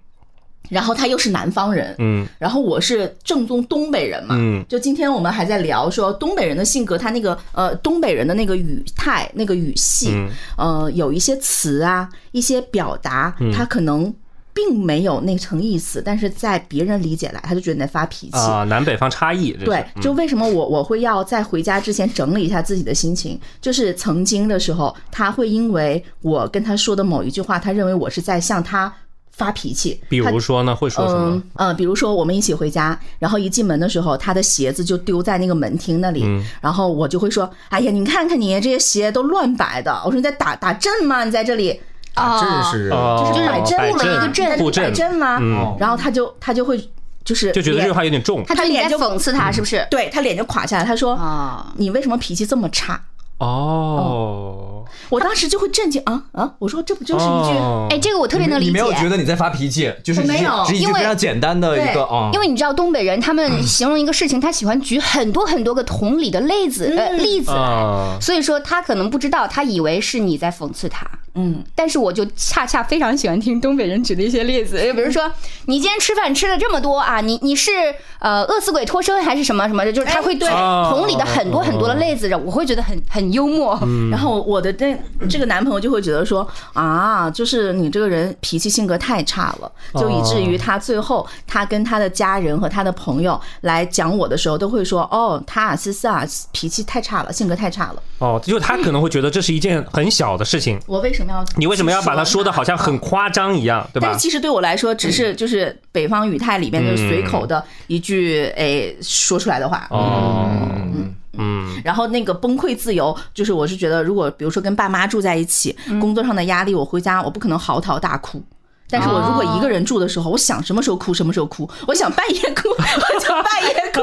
然后他又是南方人，嗯然后我是正宗东北人嘛，嗯就今天我们还在聊说东北人的性格，他那个呃东北人的那个语态、那个语系，嗯呃有一些词啊、一些表达，嗯他可能并没有那层意思，但是在别人理解来，他就觉得你在发脾气。啊，嗯南北方差异，这是对，就为什么我我会要在回家之前整理一下自己的心情，就是曾经的时候，他会因为我跟他说的某一句话，他认为我是在向他发脾气，比他如说呢，会说什么嗯？呃，比如说我们一起回家，然后一进门的时候，他的鞋子就丢在那个门厅那里，嗯然后我就会说：“哎呀，你看看你这些鞋都乱摆的。”我说：“你在打打阵吗？你在这里啊 真是哦就是摆阵摆了一个阵你布在这里摆阵，阵吗？”嗯然后他就他就会就是就觉得这句脸话有点重他他觉得你脸在就嗯讽刺他，是不是？对他脸就垮下来，他说：“啊，你为什么脾气这么差？”哦。我当时就会震惊啊啊！我说这不就是一句哦哎，这个我特别能你理没解有。觉得你在发脾气，就是我只没是有只是一因句为非常简单的一对个啊，因为你知道东北人他们形容一个事情，他喜欢举很多很多个同理的例子，呃，例子来，啊，所以说他可能不知道，他以为是你在讽刺他。嗯，但是我就恰恰非常喜欢听东北人举的一些例子，比如说你今天吃饭吃了这么多啊，你你是呃饿死鬼脱身还是什么什么的，就是他会对哎哦同理的很多很多的例子，我会觉得很很幽默。嗯然后我的这这个男朋友就会觉得说啊，就是你这个人脾气性格太差了，哦就以至于他最后他跟他的家人和他的朋友来讲我的时候，都会说哦，他啊思思啊脾气太差了，性格太差了，哦，就是他可能会觉得这是一件很小的事情，我为什么要你为什么要把它说的好像很夸张一样，对但吧是？嗯其实对我来说，只是就是北方语态里面就是随口的一句哎说出来的话，哦，嗯然后那个崩溃自由，就是我嗯是觉得，如果比如说跟爸妈住在一起，工作上的压力，我回家我不可能嚎啕大哭，但是我如果哦一个人住的时候，我想什么时候哭什么时候哭，我想半夜哭我就半夜 哭。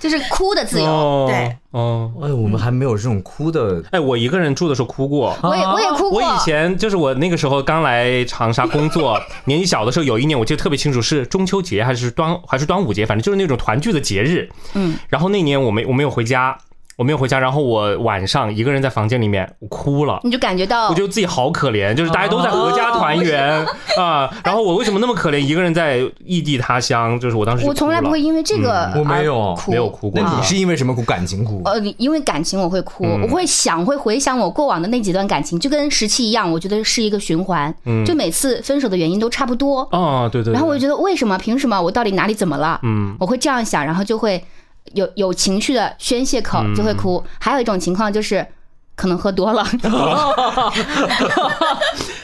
就是哭的自由。哦对，哦，哎，嗯我们还没有这种哭的，哎，我一个人住的时候哭过。我也我也哭过，啊我以前就是我那个时候刚来长沙工作，年纪小的时候，有一年我记得特别清楚，是中秋节还是端还是端午节，反正就是那种团聚的节日。嗯，然后那年我没我没有回家，我没有回家，然后我晚上一个人在房间里面，我哭了。你就感觉到我觉得自己好可怜，就是大家都在合家团圆啊，然后我为什么那么可怜，一个人在异地他乡？就是我当时就我从来哭了不会因为这个嗯我没有而哭没有哭过那你是因为什么哭？感情哭？呃，因为感情我会哭，嗯我会想，会回想我过往的那几段感情，就跟十七一样，我觉得是一个循环，就每次分手的原因都差不多。嗯哦，对对。对然后我就觉得为什么？凭什么？我到底哪里怎么了？嗯，我会这样想，然后就会有有情绪的宣泄口，嗯就会哭。还有一种情况就是。可能喝多了，哦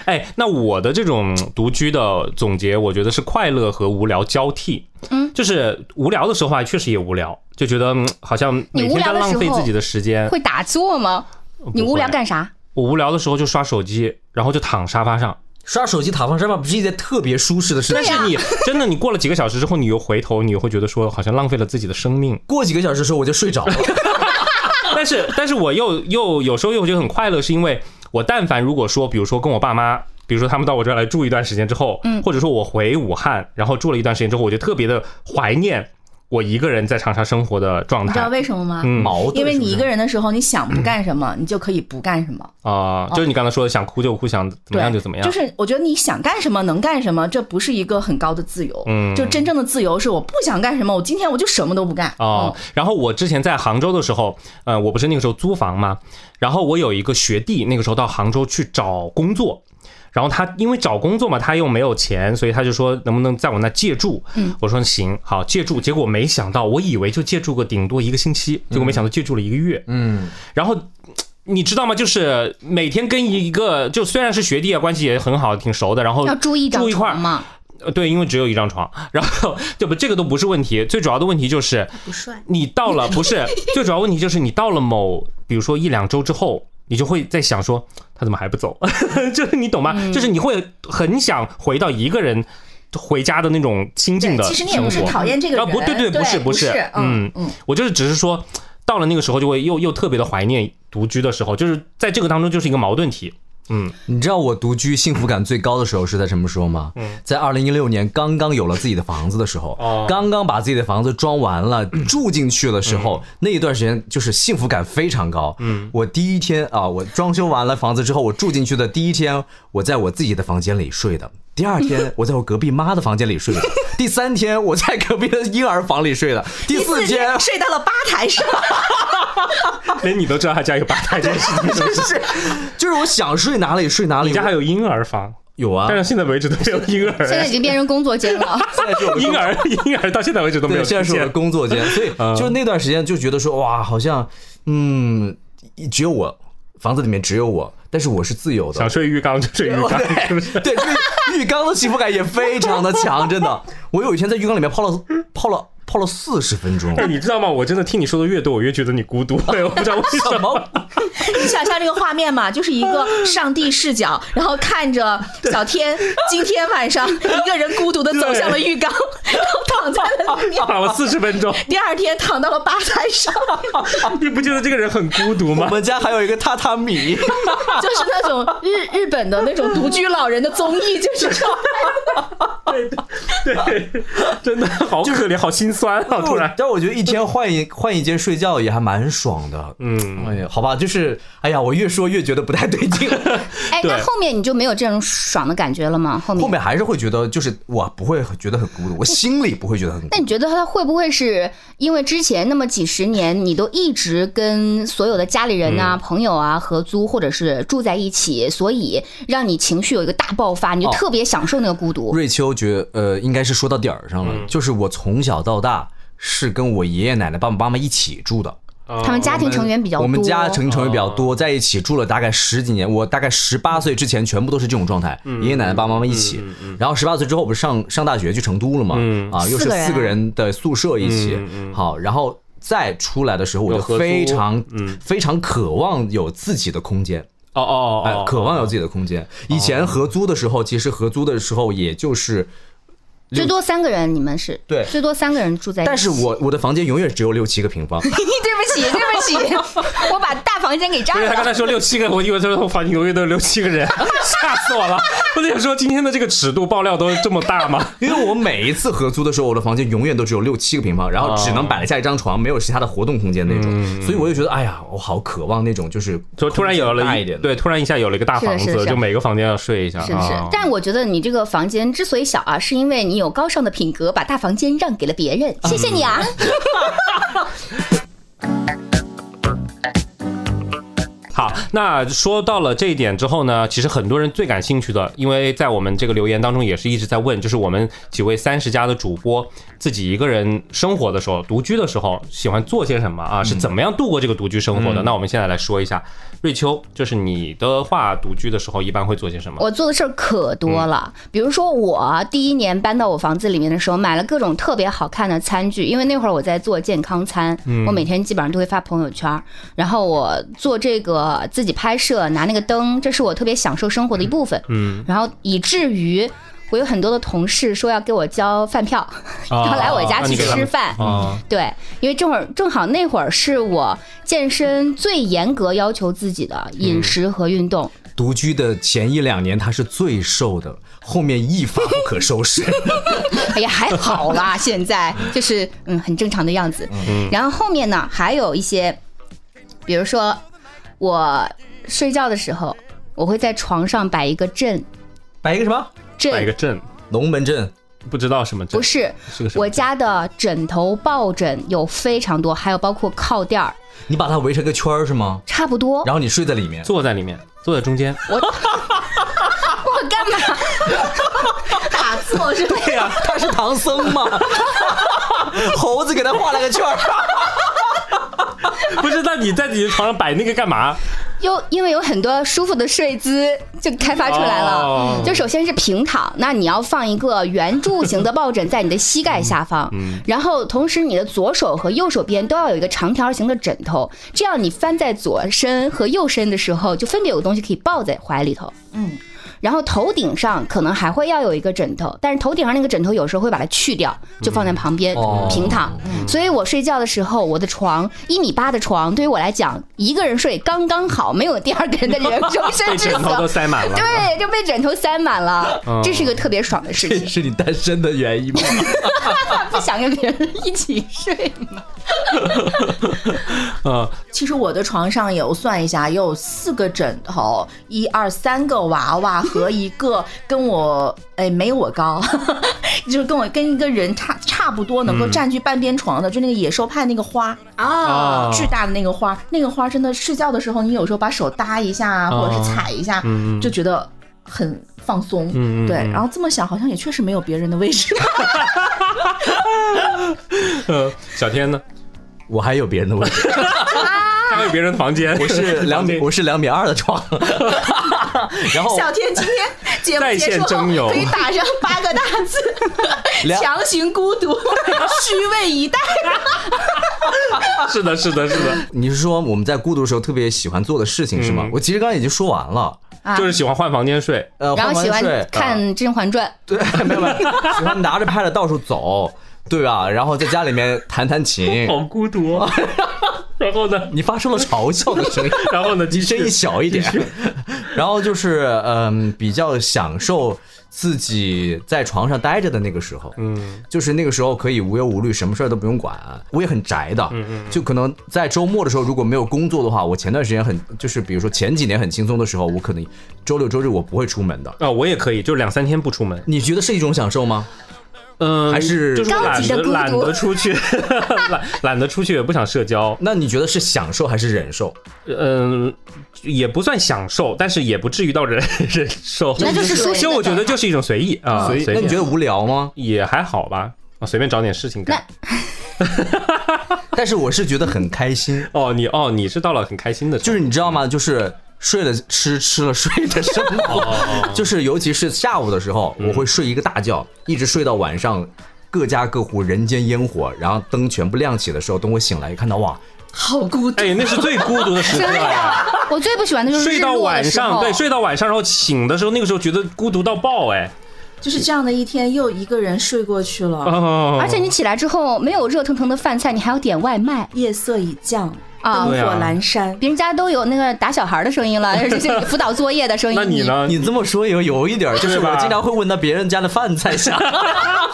哎，那我的这种嗯独居的总结，我觉得是快乐和无聊交替。嗯，就是无聊的时候啊，确实也无聊，就觉得、嗯好像每天在浪费自己的时 间。会打坐吗？你不会无聊干啥？我无聊的时候就刷手机，然后就躺沙发上。刷手机、躺放沙发不是一件特别舒适的事但情。是你真的，你过了几个小时之后，你又回头，你又会觉得说好像浪费了自己的生命。过几个小时的时候我就睡着 了。 但是，但是我又又有时候又觉得很快乐，是因为我但凡如果说，比如说跟我爸妈，比如说他们到我这儿来住一段时间之后，嗯，或者说我回武汉，然后住了一段时间之后，我就特别的怀念我一个人在长沙生活的状你知道态。为什么吗？嗯矛盾，因为你一是个人的时候，你想不干什么，你就可以不干什么。啊、就是你刚才说的，想哭就哭，想怎么对，样就怎么样。就是我觉得你想干什么能干什么，这不是一个很高的自由。嗯就真正的自由是我不想干什么，我今天我就什么都不干。嗯哦，然后我之前在杭州的时候，呃，我不是那个时候租房嘛，然后我有一个学弟，那个时候到杭州去找工作，然后他因为找工作嘛，他又没有钱，所以他就说能不能在我那借住？嗯，我说行，好借住。结果没想到，我以为就借住个顶多一个星期，结果没想到借住了一个月。嗯，然后你知道吗？就是每天跟一个就虽然是学弟啊，关系也很好，挺熟的，然后要住一张住一块儿床吗？呃，对，因为只有一张床，然后这不这个都不是问题，最主要的问题就是不帅，你到了不是最主要问题就是你到了某比如说一两周之后，你就会在想说他怎么还不走， 就是你懂吗？嗯就是你会很想回到一个人回家的那种清静的其实你也不是生活讨厌这个啊人，不对对对，不是不不是嗯嗯嗯，我就是只是说，到了那个时候就会又又特别的怀念独居的时候，就是在这个当中就是一个矛 盾体。嗯，你知道我独居幸福感最高的时候是在什么时候吗？在二零一六年刚刚有了自己的房子的时候嗯哦，刚刚把自己的房子装完了，住进去的时候，嗯那一段时间就是幸福感非常高。嗯，我第一天啊，我装修完了房子之后，我住进去的第一天，我在我自己的房间里睡的。第二天，我在我隔壁妈的房间里睡 的；第三天，我在隔壁的婴儿房里睡的；第四天，睡到了吧台上， 连你都知道他家有吧台这件事情，是不是？ 就是我想睡哪里睡哪里。你家还有婴儿房，有啊但？是现在为止都没有婴现在儿，哎已经变成工作间 了。现在是我的婴儿婴儿到现在为止都没有对，现在出是我的现。嗯工作间， 所以就是那段时间就觉得说，哇，好像，嗯，只有我房子里面只有我，但是我是自由的想。睡浴缸就睡浴缸，是不 是？对，所以浴缸的幸福感也非常的强，真 的。我有一天在浴缸里面泡了泡了泡了四十分钟，哎，你知道吗？我真的听你说的越多，我越觉得你 孤独。哎我不知道为什怎么。么？ 你想象这个画面嘛，就是一个上帝视角，然后看着小天今天晚上一个人孤独的走向了浴缸，然后躺在了里面。躺了四十分 钟，第二天躺到了吧台上，你不觉得这个人很孤独我吗？们家还有一个榻榻 米，啊就是那种日日本的那种独居老人的综艺，就是这样。哎对，真的好可怜，好心酸啊！突然， 但我觉得一天换一换一间睡觉也还蛮爽的。嗯，哎呀，好吧，就是，哎呀，我越说越觉得不太对 劲。哎，对那后面你就没有这种爽的感觉了吗？后面后面还是会觉得，就是我不会觉得很孤独，我心里不会觉得很孤独那。你觉得他会不会是因为之前那么几十年，你都一直跟所有的家里人嗯啊、朋友啊合租，或者是住在一起，所以让你情绪有一个大爆发，你就哦特别享受那个孤独？瑞秋觉呃，应该是说到点儿上了，嗯就是我从小到大是跟我爷爷奶奶、爸爸妈妈一起住的。他们家庭成员比较多，我们家成成员比哦较多，在一起住了大概十几年。我大概十八岁之前，全部都是这种状态，嗯爷爷奶奶、爸爸妈妈一起。然后十八岁之后，不是上上大学去成都了嘛？嗯啊，又是四个人四个人的宿舍一起。好，然后再出来的时候，我有合就租嗯非常非常渴望有自己的空间。哦哦哎哦，，渴望有自己的空间。以前合租的时候，其实合租的时候也就是，最多三个人，你们是对最多三个人住在一起。但是我我的房间永远只有六七个平方，对不起，对不起，我把大房间给占不是他刚了。才说六七个，我以为他说房间永远都有六七个人，吓死我了！我在想说今天的这个尺度爆料都这么大吗？因为我每一次合租的时候，我的房间永远都只有六七个平方，然后哦只能摆得下一张床，没有其他的活动空间那种。所以我就觉得，哎呀，我好渴望那种就是嗯就突然有空间了大一一点的。对，突然一下有了一个大是的房是的子，是的就每个房间要睡一下，是不是啊？但我觉得你这个房间之所以小啊，是因为你有高尚的品格，把大房间让给了别人，谢谢你嗯啊！好，那说到了这一点之后呢，其实很多人最感兴趣的，因为在我们这个留言当中也是一直在问，就是我们几位三十加的主播自己一个人生活的时候，独居的时候喜欢做些什么啊？是嗯怎么样度过这个独居生活的？那我们现在来说一下，瑞秋，就是你的话，独居的时候一般会做些什么？我做的事儿可多嗯了，比如说我第一年搬到我房子里面的时候，买了各种特别好看的餐具，因为那会儿我在做健康餐，嗯我每天基本上都会发朋友圈儿。然后我做这个自己拍摄，拿那个灯，这是我特别享受生活的一部分。嗯，然后以至于我有很多的同事说要给我交饭票，然后来我家啊那你去给他吃们饭。啊，对，因为正会儿正好那会儿是我健身最严格要求自己的嗯饮食和运动。独居的前一两年，他是最瘦的，后面一发不可收拾。 哎呀，还好 啦，现在就是嗯很正常的样子。嗯然后后面呢，还有一些，比如说我睡觉的时候，我会在床上摆一个阵摆一个什么？摆一个阵，阵，龙门阵。不知道什么阵不，是是个什么我家的枕头、抱枕有非常多，还有包括靠垫儿，你把它围成个圈儿是吗？差不多。然后你睡在 里面。坐在里面，坐在中间，我哦干嘛打坐是吧？对呀、他是唐僧嘛， 猴子给他画了个圈儿。 不是？那你在你的床上摆那个干嘛？又因为有很多舒服的睡姿就开发出来了。哦就首先是平躺，那你要放一个圆柱 形的抱枕在你的膝盖下方，嗯然后同时你的左手和右手边都要有一个长条形的枕头，这样你翻在左身和右身的时候，就分别有东西可以抱在怀里头。嗯。然后头顶上可能还会要有一个枕头，但是头顶上那个枕头有时候会把它去掉，就放在旁边、哦平躺。所以我睡觉的时候，我的床一米八的床对于我来讲，一个人睡刚刚好，没有第二个人的人容被身之枕头所都。塞满了。对，就被枕头塞满了，这嗯是一个特别爽的 事这情。是你单身的原因吗？ 不想跟别人一起睡嘛？嗯，其实我的床上有算一下，有四个枕头，一二三个娃娃和一个跟我 哎没我高， 就是跟我跟一个人差差不多嗯能够占据半边床的，就那个野兽派那个花啊，哦巨大的那个花，那个花真的睡觉的时候，你有时候把手搭一下啊，哦或者是踩一下，嗯嗯就觉得很放松。嗯嗯对，嗯然后这么想，好像也确实没有别人的位置。呃，小天呢？我还有别人的问题，他还有别人的房间， 我是两米，我是两米二的床， 然后小天今天节哦在目结线束后征友可以打上八个大 字：两强行孤独，虚位以待。是的，是的，是的，你是说我们在孤独的时候特别喜欢做的事情是吗？嗯我其实刚才已经说完了，啊就是喜欢换房间睡。啊呃，然后换完喜欢 睡看《甄嬛传》对，没有没有，喜欢拿着 pad 到处走，对吧？然后在家里面弹弹 琴。好孤独、哦。 然后呢？你发出了嘲笑的声音， 然后呢？继你声音续。小一点。 然后就是嗯，比较享受自己在床上待着的那个时候，嗯，就是那个时候可以无忧无虑，什么事儿都不用管。我也很宅的，嗯就可能在周末的时候如果没有工作的话，我前段时间很就是比如说前几年很轻松的时候，我可能周六周日我不会出门的。啊、我也可以，就两三天不出门，你觉得是一种享受吗？嗯，还是就是高懒级的得孤独懒得出去， 懒懒得出去，也不想社交，那你觉得是享受还是忍受？嗯，也不算享受，但是也不至于到忍忍受，那就是舒适的其实我觉得就是一种随意啊，随那便你觉得无聊 吗？也还好吧？啊，随便找点事情干。但是我是觉得很开心，哦，你哦，你是到了很开心的，就是你知道吗？就是睡了吃，吃了睡的生哦活， 就是尤其是下午的时候，我会睡一个大觉，一直睡到晚上，各家各户人间烟火，然后灯全部亮起的时候，等我醒来一看到哇，好孤独。哎，那是最孤独的时刻 真的啊。，我最不喜欢的就是睡日到落的晚时上，候。对，睡到晚上，然后醒的时候，那个时候觉得孤独到爆，哎，就是这样的一天，又一个人睡过去了，哦，而且你起来之后没有热腾腾的饭菜，你还要点外卖夜色已降，啊灯！火对啊阑珊。别人家都有那个打小孩的声音了，而且是辅导作业的声音。那你？呢？你这么说有有一点儿，就是对吧我经常会闻到别人家的饭 菜香，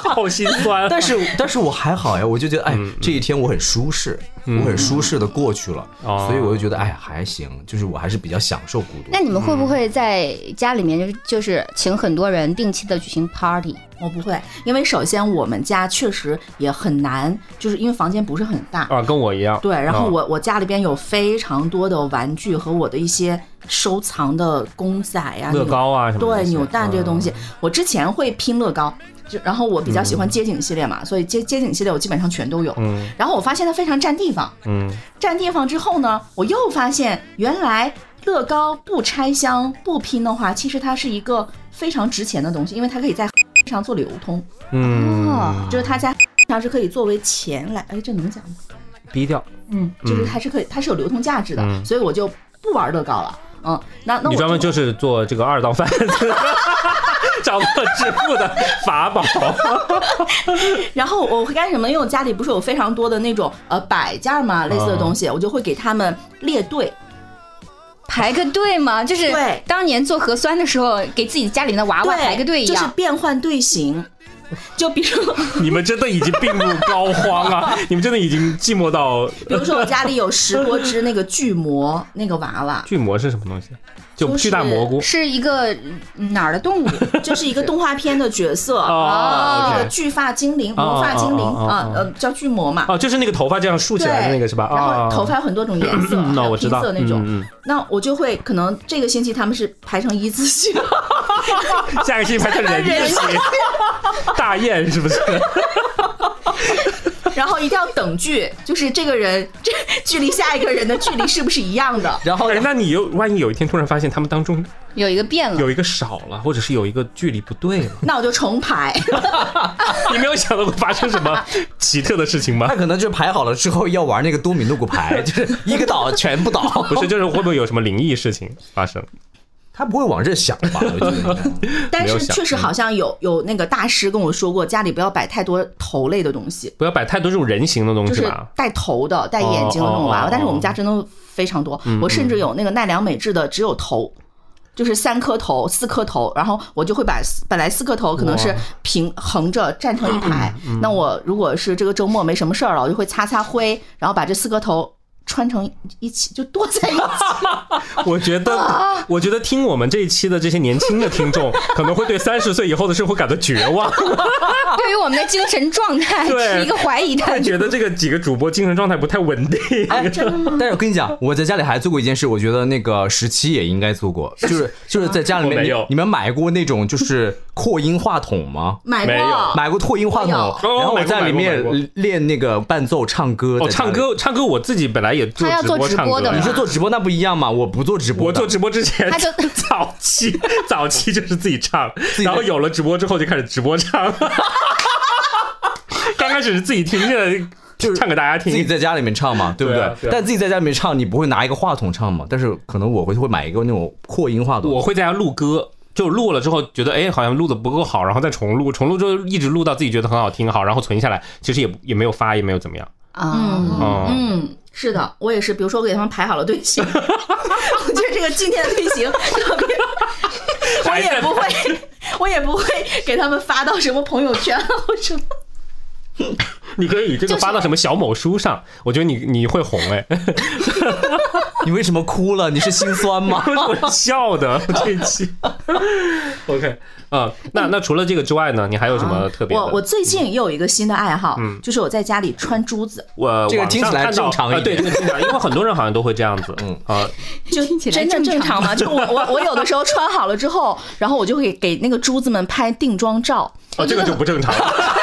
好心酸。但是但是我还好呀，我就觉得哎，嗯这一天我很舒适，我很舒适的过去了，哦所以我就觉得哎还行，就是我还是比较享受孤独那。你们会不会在家里面就是就是请很多人定期的举行 party？我不会，因为首先我们家确实也很难，就是因为房间不是很大。啊，跟我一样。对，然后啊我、我家里边有非常多的玩具和我的一些收藏的公仔呀、乐扭高啊什么的对那些啊扭蛋这些东西，我之前会拼乐高，就然后我比较喜欢街景系列嘛，所以街街景系列我基本上全都有。嗯然后我发现它非常占地方，嗯，占地方之后呢，我又发现原来乐高不拆箱不拼的话，其实它是一个非常值钱的东西，因为它可以在上做流通，嗯啊哦，就是它在上是可以作为钱来，哎，这能讲吗？低调。嗯，就是它是可以，它是有流通价值的，嗯所以我就不玩乐高了。嗯，那那你我专门就是做这个二道贩子， 掌握致富的法宝。然后我会干什么？因为我家里不是有非常多的那种呃摆件儿嘛，类似的东嗯西，我就会给他们列队。排个队嘛，就是对当年做核酸的时候，给自己家里面的娃娃对，排个队一就是样。变换队形。就比如， 你们真的已经病入膏肓啊！你们真的已经寂寞到比如说我家里有十多只那个巨魔那个娃娃，巨魔是什么东西？就就是巨大蘑菇是一个哪儿的 动物？就是一个动画片的角色，啊哦那个 OK 巨发精灵、魔发精灵哦哦哦哦啊，呃，叫巨魔嘛。哦，就是那个头发这样竖起来的那个是吧？然啊，后头发有很多种颜色，嗯，还那有我拼知道色那种。嗯那我就会可能这个星期他们是排成一字 形，嗯，下个星期拍成 人人形，大雁是不 是？然后一定要等距，就是这个人这距离下一个人的距离是不是一样的？然后哎，那你有万一有一天突然发现他们当中有一个变了，有一个少了，或者是有一个距离不对了， 那我就重排。你没有想到过发生什么奇特的事情吗 他？可能就排好了之后要玩那个多米诺骨牌，就是一个倒全部倒， 不是，就是会不会有什么灵异事情发生？他不会往这想吧？我觉得但没有是想确实好像有有那个大师跟我说过，家里不要摆太多头类的东西，不要摆太多这种人形的东就西是嗯吧。带头的、带眼睛的那种娃哦哦哦嗯娃。但是我们哦家真的非常多，我甚至有那个奈良美智的只有头。就是三颗头、四颗头，然后我就会把本来四颗头可能是哇嗯平横着站成一排，那我如果是这个周末没什么事儿了，我就会擦擦灰，然后把这四颗头穿成一起，就剁 在一起。 我觉得，我觉得听我们这一期的这些年轻的听众，可能会对三十岁以后的生活感到绝 望，对于我们的精神状态对是一个怀疑 的。会觉得这个几个主播精神状态不太稳定。哎，但是我跟你讲，我在家里还做过一件事，我觉得那个十七也应该做过，就是 就是在家里我面，没你有你们买过那种就是扩音话筒吗？买没有过，买过扩音话筒，啊我有然后我在里哦买过买过买面练那个伴奏唱歌。哦，在家里唱。歌，唱歌，我自己本来也做他要直做播直唱播歌的呀你是做直播那不一样嘛？我不做直播我的，做直播之前，他就 早 期早期就是自己唱，己然后有了直播之后就开始直播唱。 刚开始是自己听，现在就是唱给大家自己听。在家里面唱嘛，对不对对？啊对啊但自己在家里面唱，你不会拿一个话筒唱嘛？但是可能我会会买一个那种扩音话筒。我会在家录歌，就录了之后觉得哎，好像录的不够好，然后再重录，重录之后一直录到自己觉得很好听，好，然后存下来，其实也也没有发，也没有怎么样。啊，哦、嗯，是的，我也是。比如说，我给他们排好了队形， 我觉得这个今天的队 形特别，我也不会， 我也不会给他们发到什么朋友圈或什么。你可以以这个发到什么小某书上，我觉得你你会红哎，？你为什么哭了？你是心酸吗 我笑 的这一期。OK，啊、那那除了这个之外呢，你还有什啊么呃特别的？嗯我我最近又有一个新的爱好，就是我在家里穿珠子，我这个网听起上来看到正常一啊对，点这个正常，因为很多人好像都会这样子，嗯啊，就听起来真的正正常常吗？就我我我有的时候穿好了之 后，然后我就会给那个珠子们拍定妆照。哦，这个就不正常了。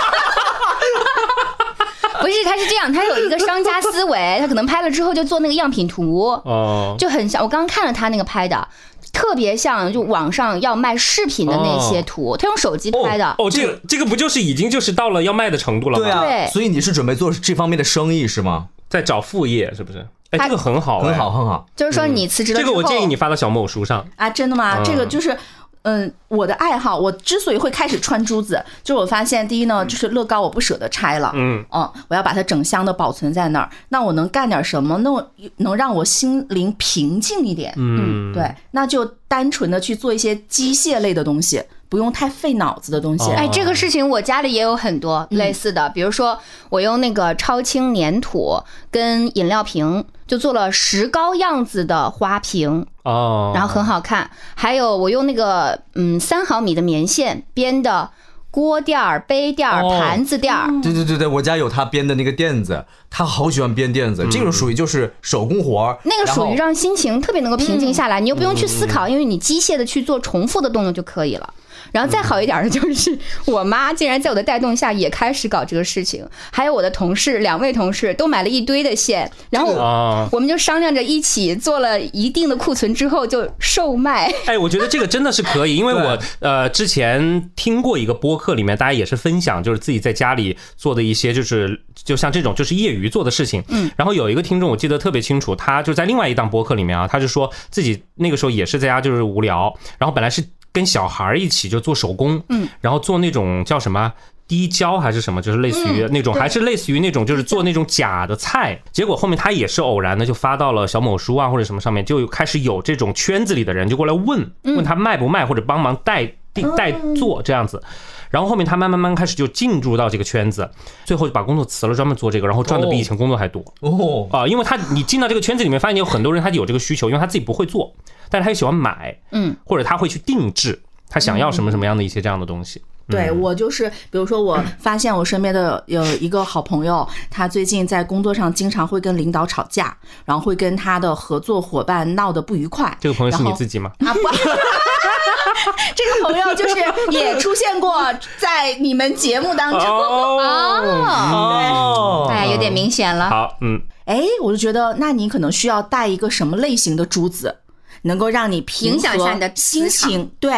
不是，他是这样，他有一个商家思维，他可能拍了之后就做那个样品图，哦，就很像我刚刚看了他那个拍的，特别像就网上要卖饰品的那些图，他用手机拍的。哦，这个这个不就是已经就是到了要卖的程度了吗？对 啊，对所以你是准备做这方面的生意是吗？在找副业是不是？哎，他这个很好，很哎好，。很好。就是说你辞职了这之个后，我建议你发到小某书上，啊，真的吗？这个就是。嗯，我的爱好，我之所以会开始穿珠子，就是我发现，第一呢，就是乐高我不舍得拆了，嗯我要把它整箱的保存在那儿。那我能干点什么？那我能让我心灵平静一点，嗯，对，那就单纯的去做一些机械类的东西，不用太费脑子的东西。哦嗯哎，这个事情我家里也有很多类似的，比如说我用那个超轻粘土跟饮料瓶就做了石膏样子的花瓶，哦，然后很好看。还有我用那个嗯三毫米的棉线编的锅垫儿、杯垫儿、哦盘子垫儿，对对对对，我家有他编的那个垫子，他好喜欢编垫子，这种属于就是手工活儿。那个然后嗯属于让心情特别能够平静下来，你又不用去思考，因为你机械的去做重复的动作就可以了。然后再好一点的就是，我妈竟然在我的带动下也开始搞这个事情，还有我的同事，两位同事都买了一堆的线，然后我啊，我们就商量着一起做了一定的库存之后就售卖。 哎，我觉得这个真的是可以，因为我呃之前听过一个播客，里面大家也是分享，就是自己在家里做的一些，就是就像这种就是业余做的事情。嗯，然后有一个听众我记得特别清楚，他就在另外一档播客里面啊，他就说自己那个时候也是在家就是无聊，然后本来是跟小孩儿一起就做手工，嗯，然后做那种叫什么？滴胶还是什么，就是类似嗯于那种，还是类似于那种，就是做那种假的菜。结果后面他也是偶然的就发到了小某书啊或者什么上面，就开始有这种圈子里的人就过来问，嗯问他卖不卖或者帮忙代替代做这样子。然后后面他慢慢慢开始就进入到这个圈子，最后就把工作辞了，专门做这个，然后赚的比以前工作还嗯多哦，啊、因为他你进到这个圈子里面，发现有很多人他有这个需求，因为他自己不会做，但是他又喜欢买，嗯，或者他会去定制，他想嗯要什么什么样的一些这样的东西。对我就是，比如说，我发现我身边的有一个好朋友，他最近在工作上经常会跟领导吵架，然后会跟他的合作伙伴闹得不愉快。这个朋友是然你后自己吗？啊不， 这个朋友就是也出现过在你们节目 当中。哦哦哎，有点明显了。好，嗯，哎，我就觉得，那你可能需要带一个什么类型的珠子，能够让你平影响一下和你的磁心场嗯情，对，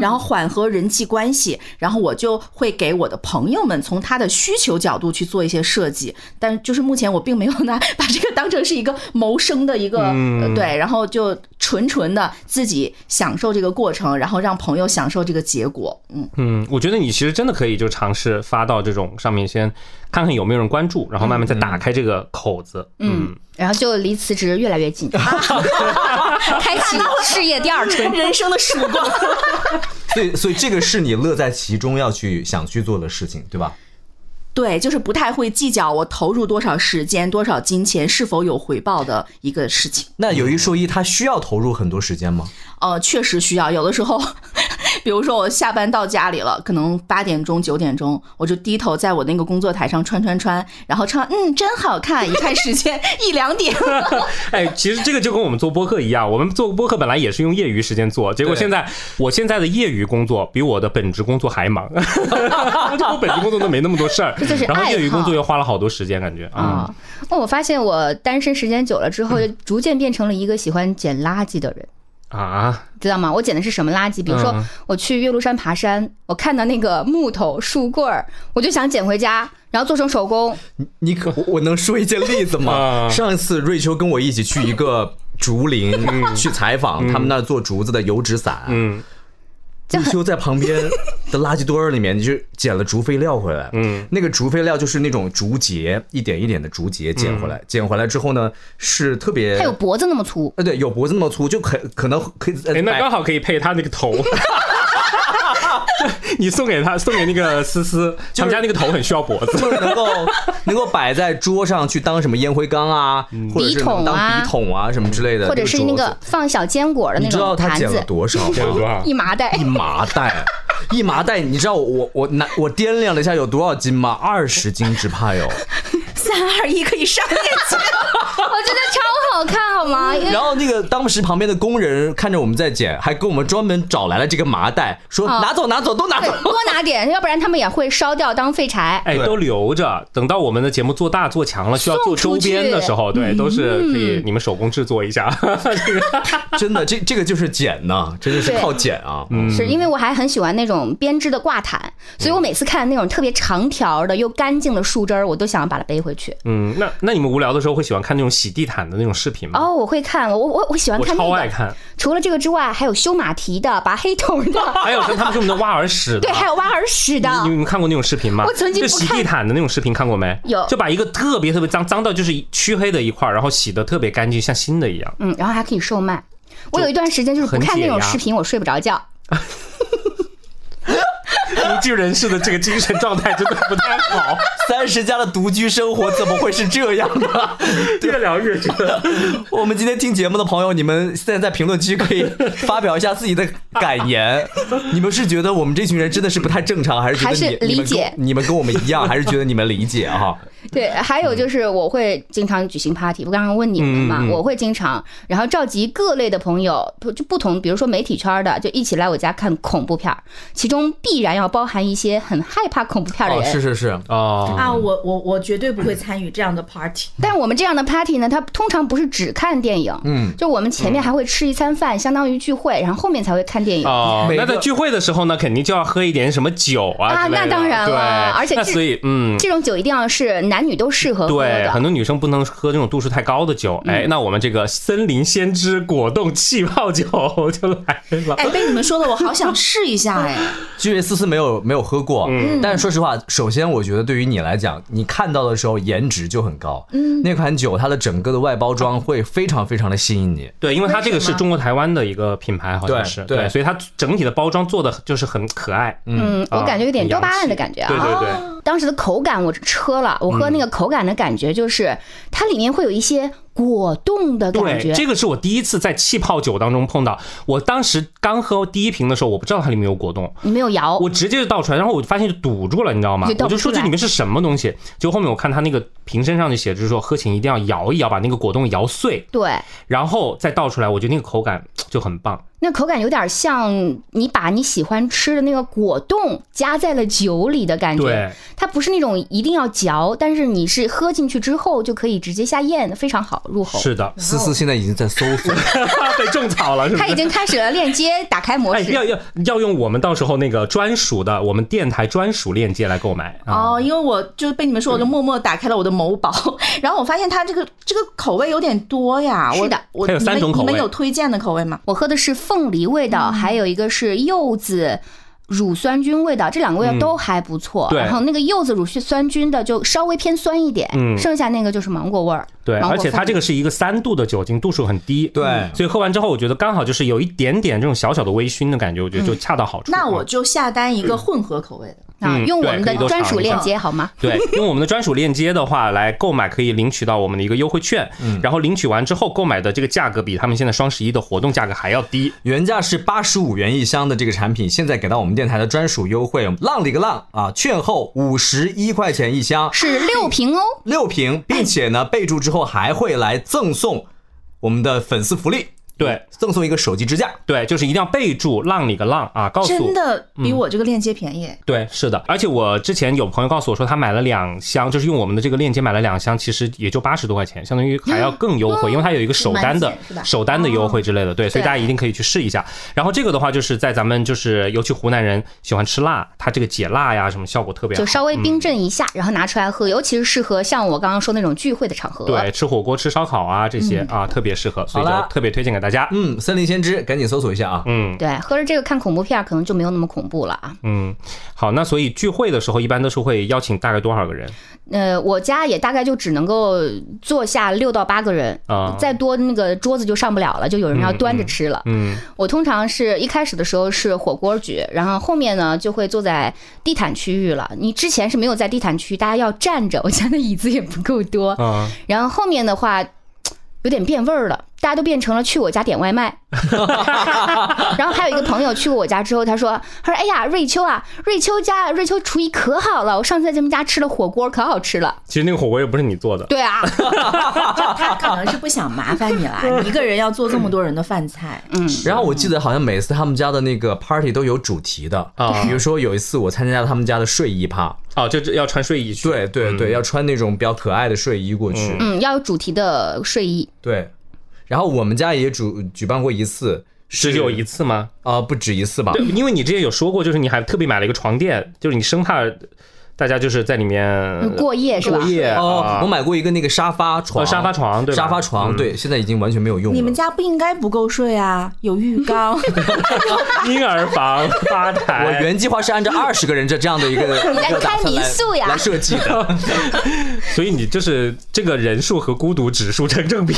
然后缓和人际关系，然后我就会给我的朋友们从他的需求角度去做一些设计，但就是目前我并没有拿把这个当成是一个谋生的一个、呃对，然后就纯纯的自己享受这个过程，然后让朋友享受这个结果，嗯，嗯，我觉得你其实真的可以就尝试发到这种上面，先看看有没有人关注，然后慢慢再打开这个口子。嗯，然后就离辞职越来越 近，开启事业第二春。人生的曙光。所以所以这个是你乐在其中要去想去做的事情，对吧？对，就是不太会计较我投入多少时间、多少金钱是否有回报的一个事情。那有一说一，他需要投入很多时间吗？呃，确实需要，有的时候， 比如说我下班到家里了，可能八点钟、九点钟，我就低头在我那个工作台上穿穿穿，然后穿，嗯，真好看。一看时间一两点，哎，其实这个就跟我们做播客一样，我们做播客本来也是用业余时间做，结果对现在我现在的业余工作比我的本职工作还忙， 就我本职工作都没那么多事儿这就是，然后爱业余好工作又花了好多时间，感觉啊啊、那我发现我单身时间久了之后，嗯就逐渐变成了一个喜欢捡垃圾的人，啊，知道吗？我捡的是什么垃圾？比如说嗯我去岳麓山爬山，我看到那个木头、树棍儿，我就想捡回家，然后做成手工。你可我我能说一件例 子吗？啊上一次瑞秋跟我一起去一个竹林去采访，他们那儿做竹子的油纸伞，嗯瑞秋在旁边的垃圾堆儿里面，你就捡了竹废料回来。嗯，那个竹废料就是那种竹节，一点一点的竹节捡嗯回来，捡回来之后呢，是特别它有脖子那么粗，呃，对，有脖子那么粗，就可可能可以呃哎，那摆刚好可以配他那个头。 你送给他，送给那个思思，他们家那个头很需要脖 子。就是能 够能够摆在桌上去当什么烟灰缸啊，嗯或者是能当笔笔筒啊什么之类的，或者是个那桌子个放小坚果的你那知道种他盘捡了子，多少 捡了多吗？少一麻袋 哦一。麻袋。一麻袋，你知道我我拿我掂量了一下有多少斤吗？二十斤只怕有，三二一，可以上链接。我觉得超好看，好吗？ 因为然后那个当时旁边的工人看着我们在剪，还给我们专门找来了这个麻袋，说哦拿走拿走都拿对走。多拿点，要不然他们也会烧掉当废柴。哎，对都留着，等到我们的节目做大做强了，需要做周边的时候，对，嗯都是可以你们手工制作一下。 真的，这这个就是剪呐，真的是对靠剪啊。嗯是因为我还很喜欢那种编织的挂毯，所以我每次看那种特别长条的又干净的树枝儿，我都想把它背回去。嗯，那那你们无聊的时候会喜欢看那种洗地毯的那种视频吗？哦，我会看，我我我喜欢嗯我看那超爱个。看，除了这个之外，还有修马蹄的、拔黑头 的，还有像他们说我们的挖耳屎 的，对，还有挖耳屎的。你你们看过那种视频吗？我曾经就不洗看地毯的那种视频看过没？有就把一个特别特别脏脏到就是黢黑的一块儿，然后洗的特别干净，像新的一样。嗯，然后还可以售卖。我有一段时间就是不很看那解种压视频，我睡不着觉。独居人士的这个精神状态真的不太好，三十加的独居生活怎么会是这样的？ 越聊越觉得。我们今天听节目的朋友，你们现在在评论区可以发表一下自己的感 言。你们是觉得我们这群人真的是不太正常，还是觉得还你是理解你们跟你们跟我们一样，还是觉得你们理解哈？对，还嗯有就是我会经常举行 party，不刚刚问你们嘛，我会经常，然后召集各类的朋友，不就不同，比如说媒体圈的，就一起来我家看恐怖片儿，其中必然要包含一些很害怕恐怖片儿的哦，人。是是是， 哦， 啊，我我我绝对不会参与这样的 party。但我们这样的 party 呢，它通常不是只看电影，嗯，就我们前面还会吃一餐饭，相当于聚会，然后后面才会看电影。哦，每那个在聚会的时候呢，肯定就要喝一点什么酒啊啊之类的那当然了对而且那这所以嗯。这种酒一定要是男女都适合喝对，很的。嗯多女生不能喝这种度数太高的酒，哎，那我们这个森林先知果冻气泡酒就来 了。哎，被你们说的，我好想试一下哎。啊因为思思没有没有喝过，但是说实话，首先我觉得对于你来讲，你看到的时候颜值就很高，嗯，那款酒它的整个的外包装会非常非常的吸引你，对，因为它这个为什是么中国台湾的一个品牌，好像对是对，所以它整体的包装做的就是很可爱。嗯，我啊感觉有点很多巴洋胺的气感觉啊。对对对，当时的口感我车了，我喝那个口感的感觉就是、它里面会有一些果冻的感觉对，。这个是我第一次在气泡酒当中碰到。我当时刚喝第一瓶的时候，我不知道它里面有果冻，你没有摇，我直接就倒出来，然后我就发现就堵住了，你知道吗哦就？倒我不就说出这来里面是什么东西。结果后面我看它那个瓶身上就写着，就是说喝前一定要摇一摇，把那个果冻摇碎，对，然后再倒出来。我觉得那个口感就很棒。那口感有点像你把你喜欢吃的那个果冻加在了酒里的感觉。对，它不是那种一定要嚼，但是你是喝进去之后就可以直接下咽，非常好入口。是的思思现在已经在搜索，被种草了，是不它已是？经开始了链接打开模哎，式。要要要用我们到时候那个专属的我们电台专属链接来购买啊！哦，因为我就被你们说，我就默默打开了我的某宝，然后我发现它这个这个口味有点多呀。我是的我它有你三们种口你们味有推荐的口味吗？我喝的是凤梨味嗯道，还有一个是柚子。乳酸菌味道，这两个味道都还不错。嗯对然后那个柚子乳酸菌的就稍微偏酸一点，嗯剩下那个就是芒果味儿。对，芒果而且它凤梨这个是一个三度的酒精，度数很低，对所以喝完之后，我觉得刚好就是有一点点这种小小的微醺的感觉，我觉得嗯就恰到好处。那我就下单一个混合口味的。啊，嗯用我们对可的以多专尝属一链下接好吗？ 对，用我们的专属链接的话来购买，可以领取到我们的一个优惠券。嗯然后领取完之后购买的这个价格比他们现在双十一的活动价格还要低。原价是八十五元一箱的这个产品，现在给到我们电台的专属优惠，浪里个浪啊，券后五十一块钱一箱，是六瓶哦，六瓶，并且呢备注之后还会来赠送我们的粉丝福利，对赠送一个手机支架。对，就是一定要备注“浪里个浪”啊，告诉嗯真的比我这个链接便宜。对，是的，而且我之前有朋友告诉我说，他买了两箱，就是用我们的这个链接买了两箱，其实也就八十多块钱，相当于还要更优惠，因为它有一个首单的满减哦是吧哦首单的优惠之类的，对，所以大家一定可以去试一下。然后这个的话，就是在咱们就是尤其湖南人喜欢吃辣，它这个解辣呀什么效果特别好就，稍微冰嗯镇一下，然后拿出来喝，尤其是适合像我刚刚说那种聚会的场合。对，吃火锅、吃烧烤啊这些啊特别适合，所以嗯就好啦特别推荐给大家。嗯，森林先知，赶紧搜索一下啊！嗯对，喝着这个看恐怖片儿可能就没有那么恐怖了啊。嗯，好，那所以聚会的时候一般都是会邀请大概多少个人呃，我家也大概就只能够坐下六到八个人，啊？再多那个桌子就上不了了，就有人要端着吃了。嗯，我通常是一开始的时候是火锅局，然后后面呢就会坐在地毯区域了。你之前是没有在地毯区，大家要 站着，我家的椅子也不够多。啊，然后后面的话有点变味儿了，大家都变成了去我家点外 卖。然后还有一个朋友去过我家之后，他说：“他说哎呀，瑞秋啊，瑞秋家瑞秋厨艺可好了，我上次在他们家吃了火锅，可好吃了。其实那个火锅也不是你做的”，对啊，他可能是不想麻烦你 啦，你一个人要做这么多人的饭菜，然后我记得好像每次他们家的那个 party 都有主题的啊比如说有一次我参加了他们家的睡衣趴，哦，就是要穿睡衣去。对对对，要穿那种比较可爱的睡衣过去，嗯，要有主题的睡衣，对。然后我们家也主举办过一次，只有一次吗？啊、不止一次吧对，，因为你之前有说过，就是你还特别买了一个床垫，就是你生怕大家就是在里面嗯过夜是吧？过夜哦啊，我买过一个那个沙发床，哦沙发床对吧嗯沙发床，对，现在已经完全没有用了。你们家不应该不够睡啊，有浴缸，婴儿房、 吧我台。原计划是按照二十个人这这样的 一个你在一个打开算民来宿呀来设计的。 所以你就是这个人数和孤独指数成 正比。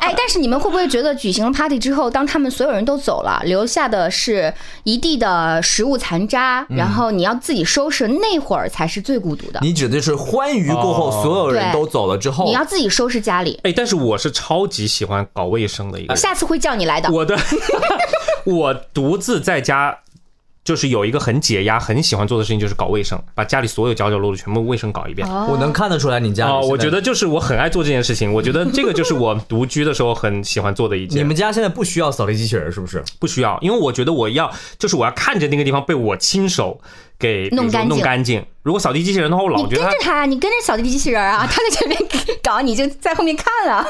哎，但是你们会不会觉得举行了 party 之后，当他们所有人都走了，留下的是一地的食物残渣，然后你要自己收拾，那会儿才是最孤独的。嗯你指的是欢愉过后，哦所有对人都走了之后你，要自己收拾家里，哎，但是我是超级喜欢搞卫生的一个人。下次会叫你来的。我的， 我独自在家，就是有一个很解压、很喜欢做的事情，就是搞卫生，把家里所有角角落落全部卫生搞一遍。哦我能看得出来你家里哦，我现在觉得就是我很爱做这件事情，我觉得这个就是我独居的时候很喜欢 做的一件。你们家现在不需要扫地机器人是不 是？不需要，因为我觉得我要就是我要看着那个地方被我亲手给比如弄说干净弄干净。如果扫地机器人的话，我老你觉跟得它着他，你跟着扫地机器人 啊，他在前面搞，你就在后面看啊。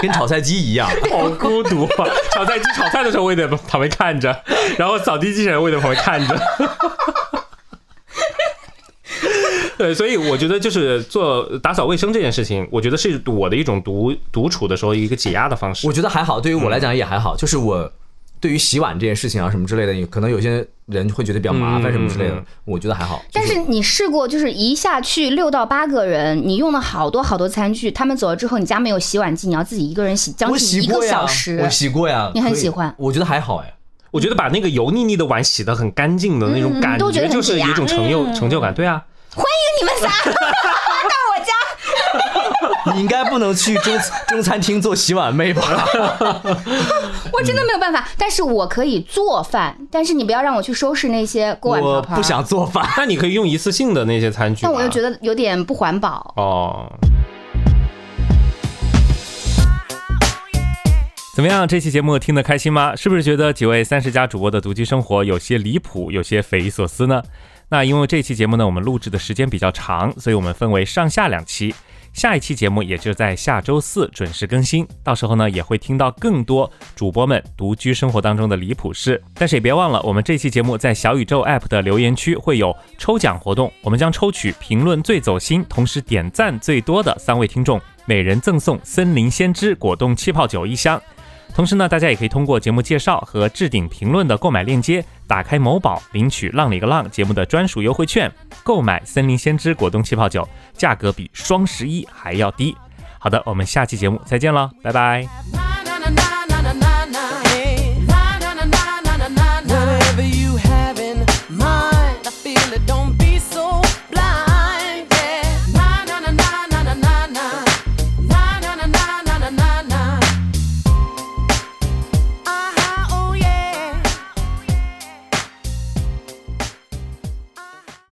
跟炒菜机一样。好孤独啊！炒菜机炒菜的时候，我也得旁边看着， 然后扫地机器人我也得旁边看着。 对，所以我觉得就是做打扫卫生这件事情，我觉得是我的一种独独处的时候一个解压的方式我。觉得还好，对于我来讲也还好，就是我对于洗碗这件事情啊什么之类的，可能有些人会觉得比较麻烦什么之类嗯嗯的，我觉得还好。但是你试过，就是一下去六到八个人，你用了好多好多餐具，他们走了之后，你家没有洗碗机，你要自己一个人洗，将我近洗一过个呀小，时我。洗过呀，你很可以喜欢我觉得还好哎。我觉得把那个油腻腻的碗洗得很干净的那种感嗯都觉得觉，很就是解压有一种成就成就感。对啊，你们仨到我家，你应该不能去中中餐 厅做洗 碗妹吧？我真嗯的没有办法。但是我可以做饭，但是你不要让我去收拾那些锅碗瓢我盆。不。想啊做嗯饭。那你可以用一次性的那些餐具吧。但我又觉得有点不环保。哦。怎么样？这期节目听得开心吗？是不是觉得几位三十加主播的独居生活有些离谱，有些匪夷所思呢？那因为这期节目呢，我们录制的时间比较长，所以我们分为上下两期。下一期节目也就在下周四准时更新，到时候呢也会听到更多主播们独居生活当中的离谱事。但是也别忘了，我们这期节目在小宇宙 App 的留言区会有抽奖活动，我们将抽取评论最走心，同时点赞最多的三位听众，每人赠送森林先知果冻气泡酒一箱。同时呢，大家也可以通过节目介绍和置顶评论的购买链接，打开某宝领取“浪里个浪”节目的专属优惠券，购买《森林先知果冻气泡酒》，价格比双十一还要低。好的，我们下期节目再见了，拜拜。 Whatever you have.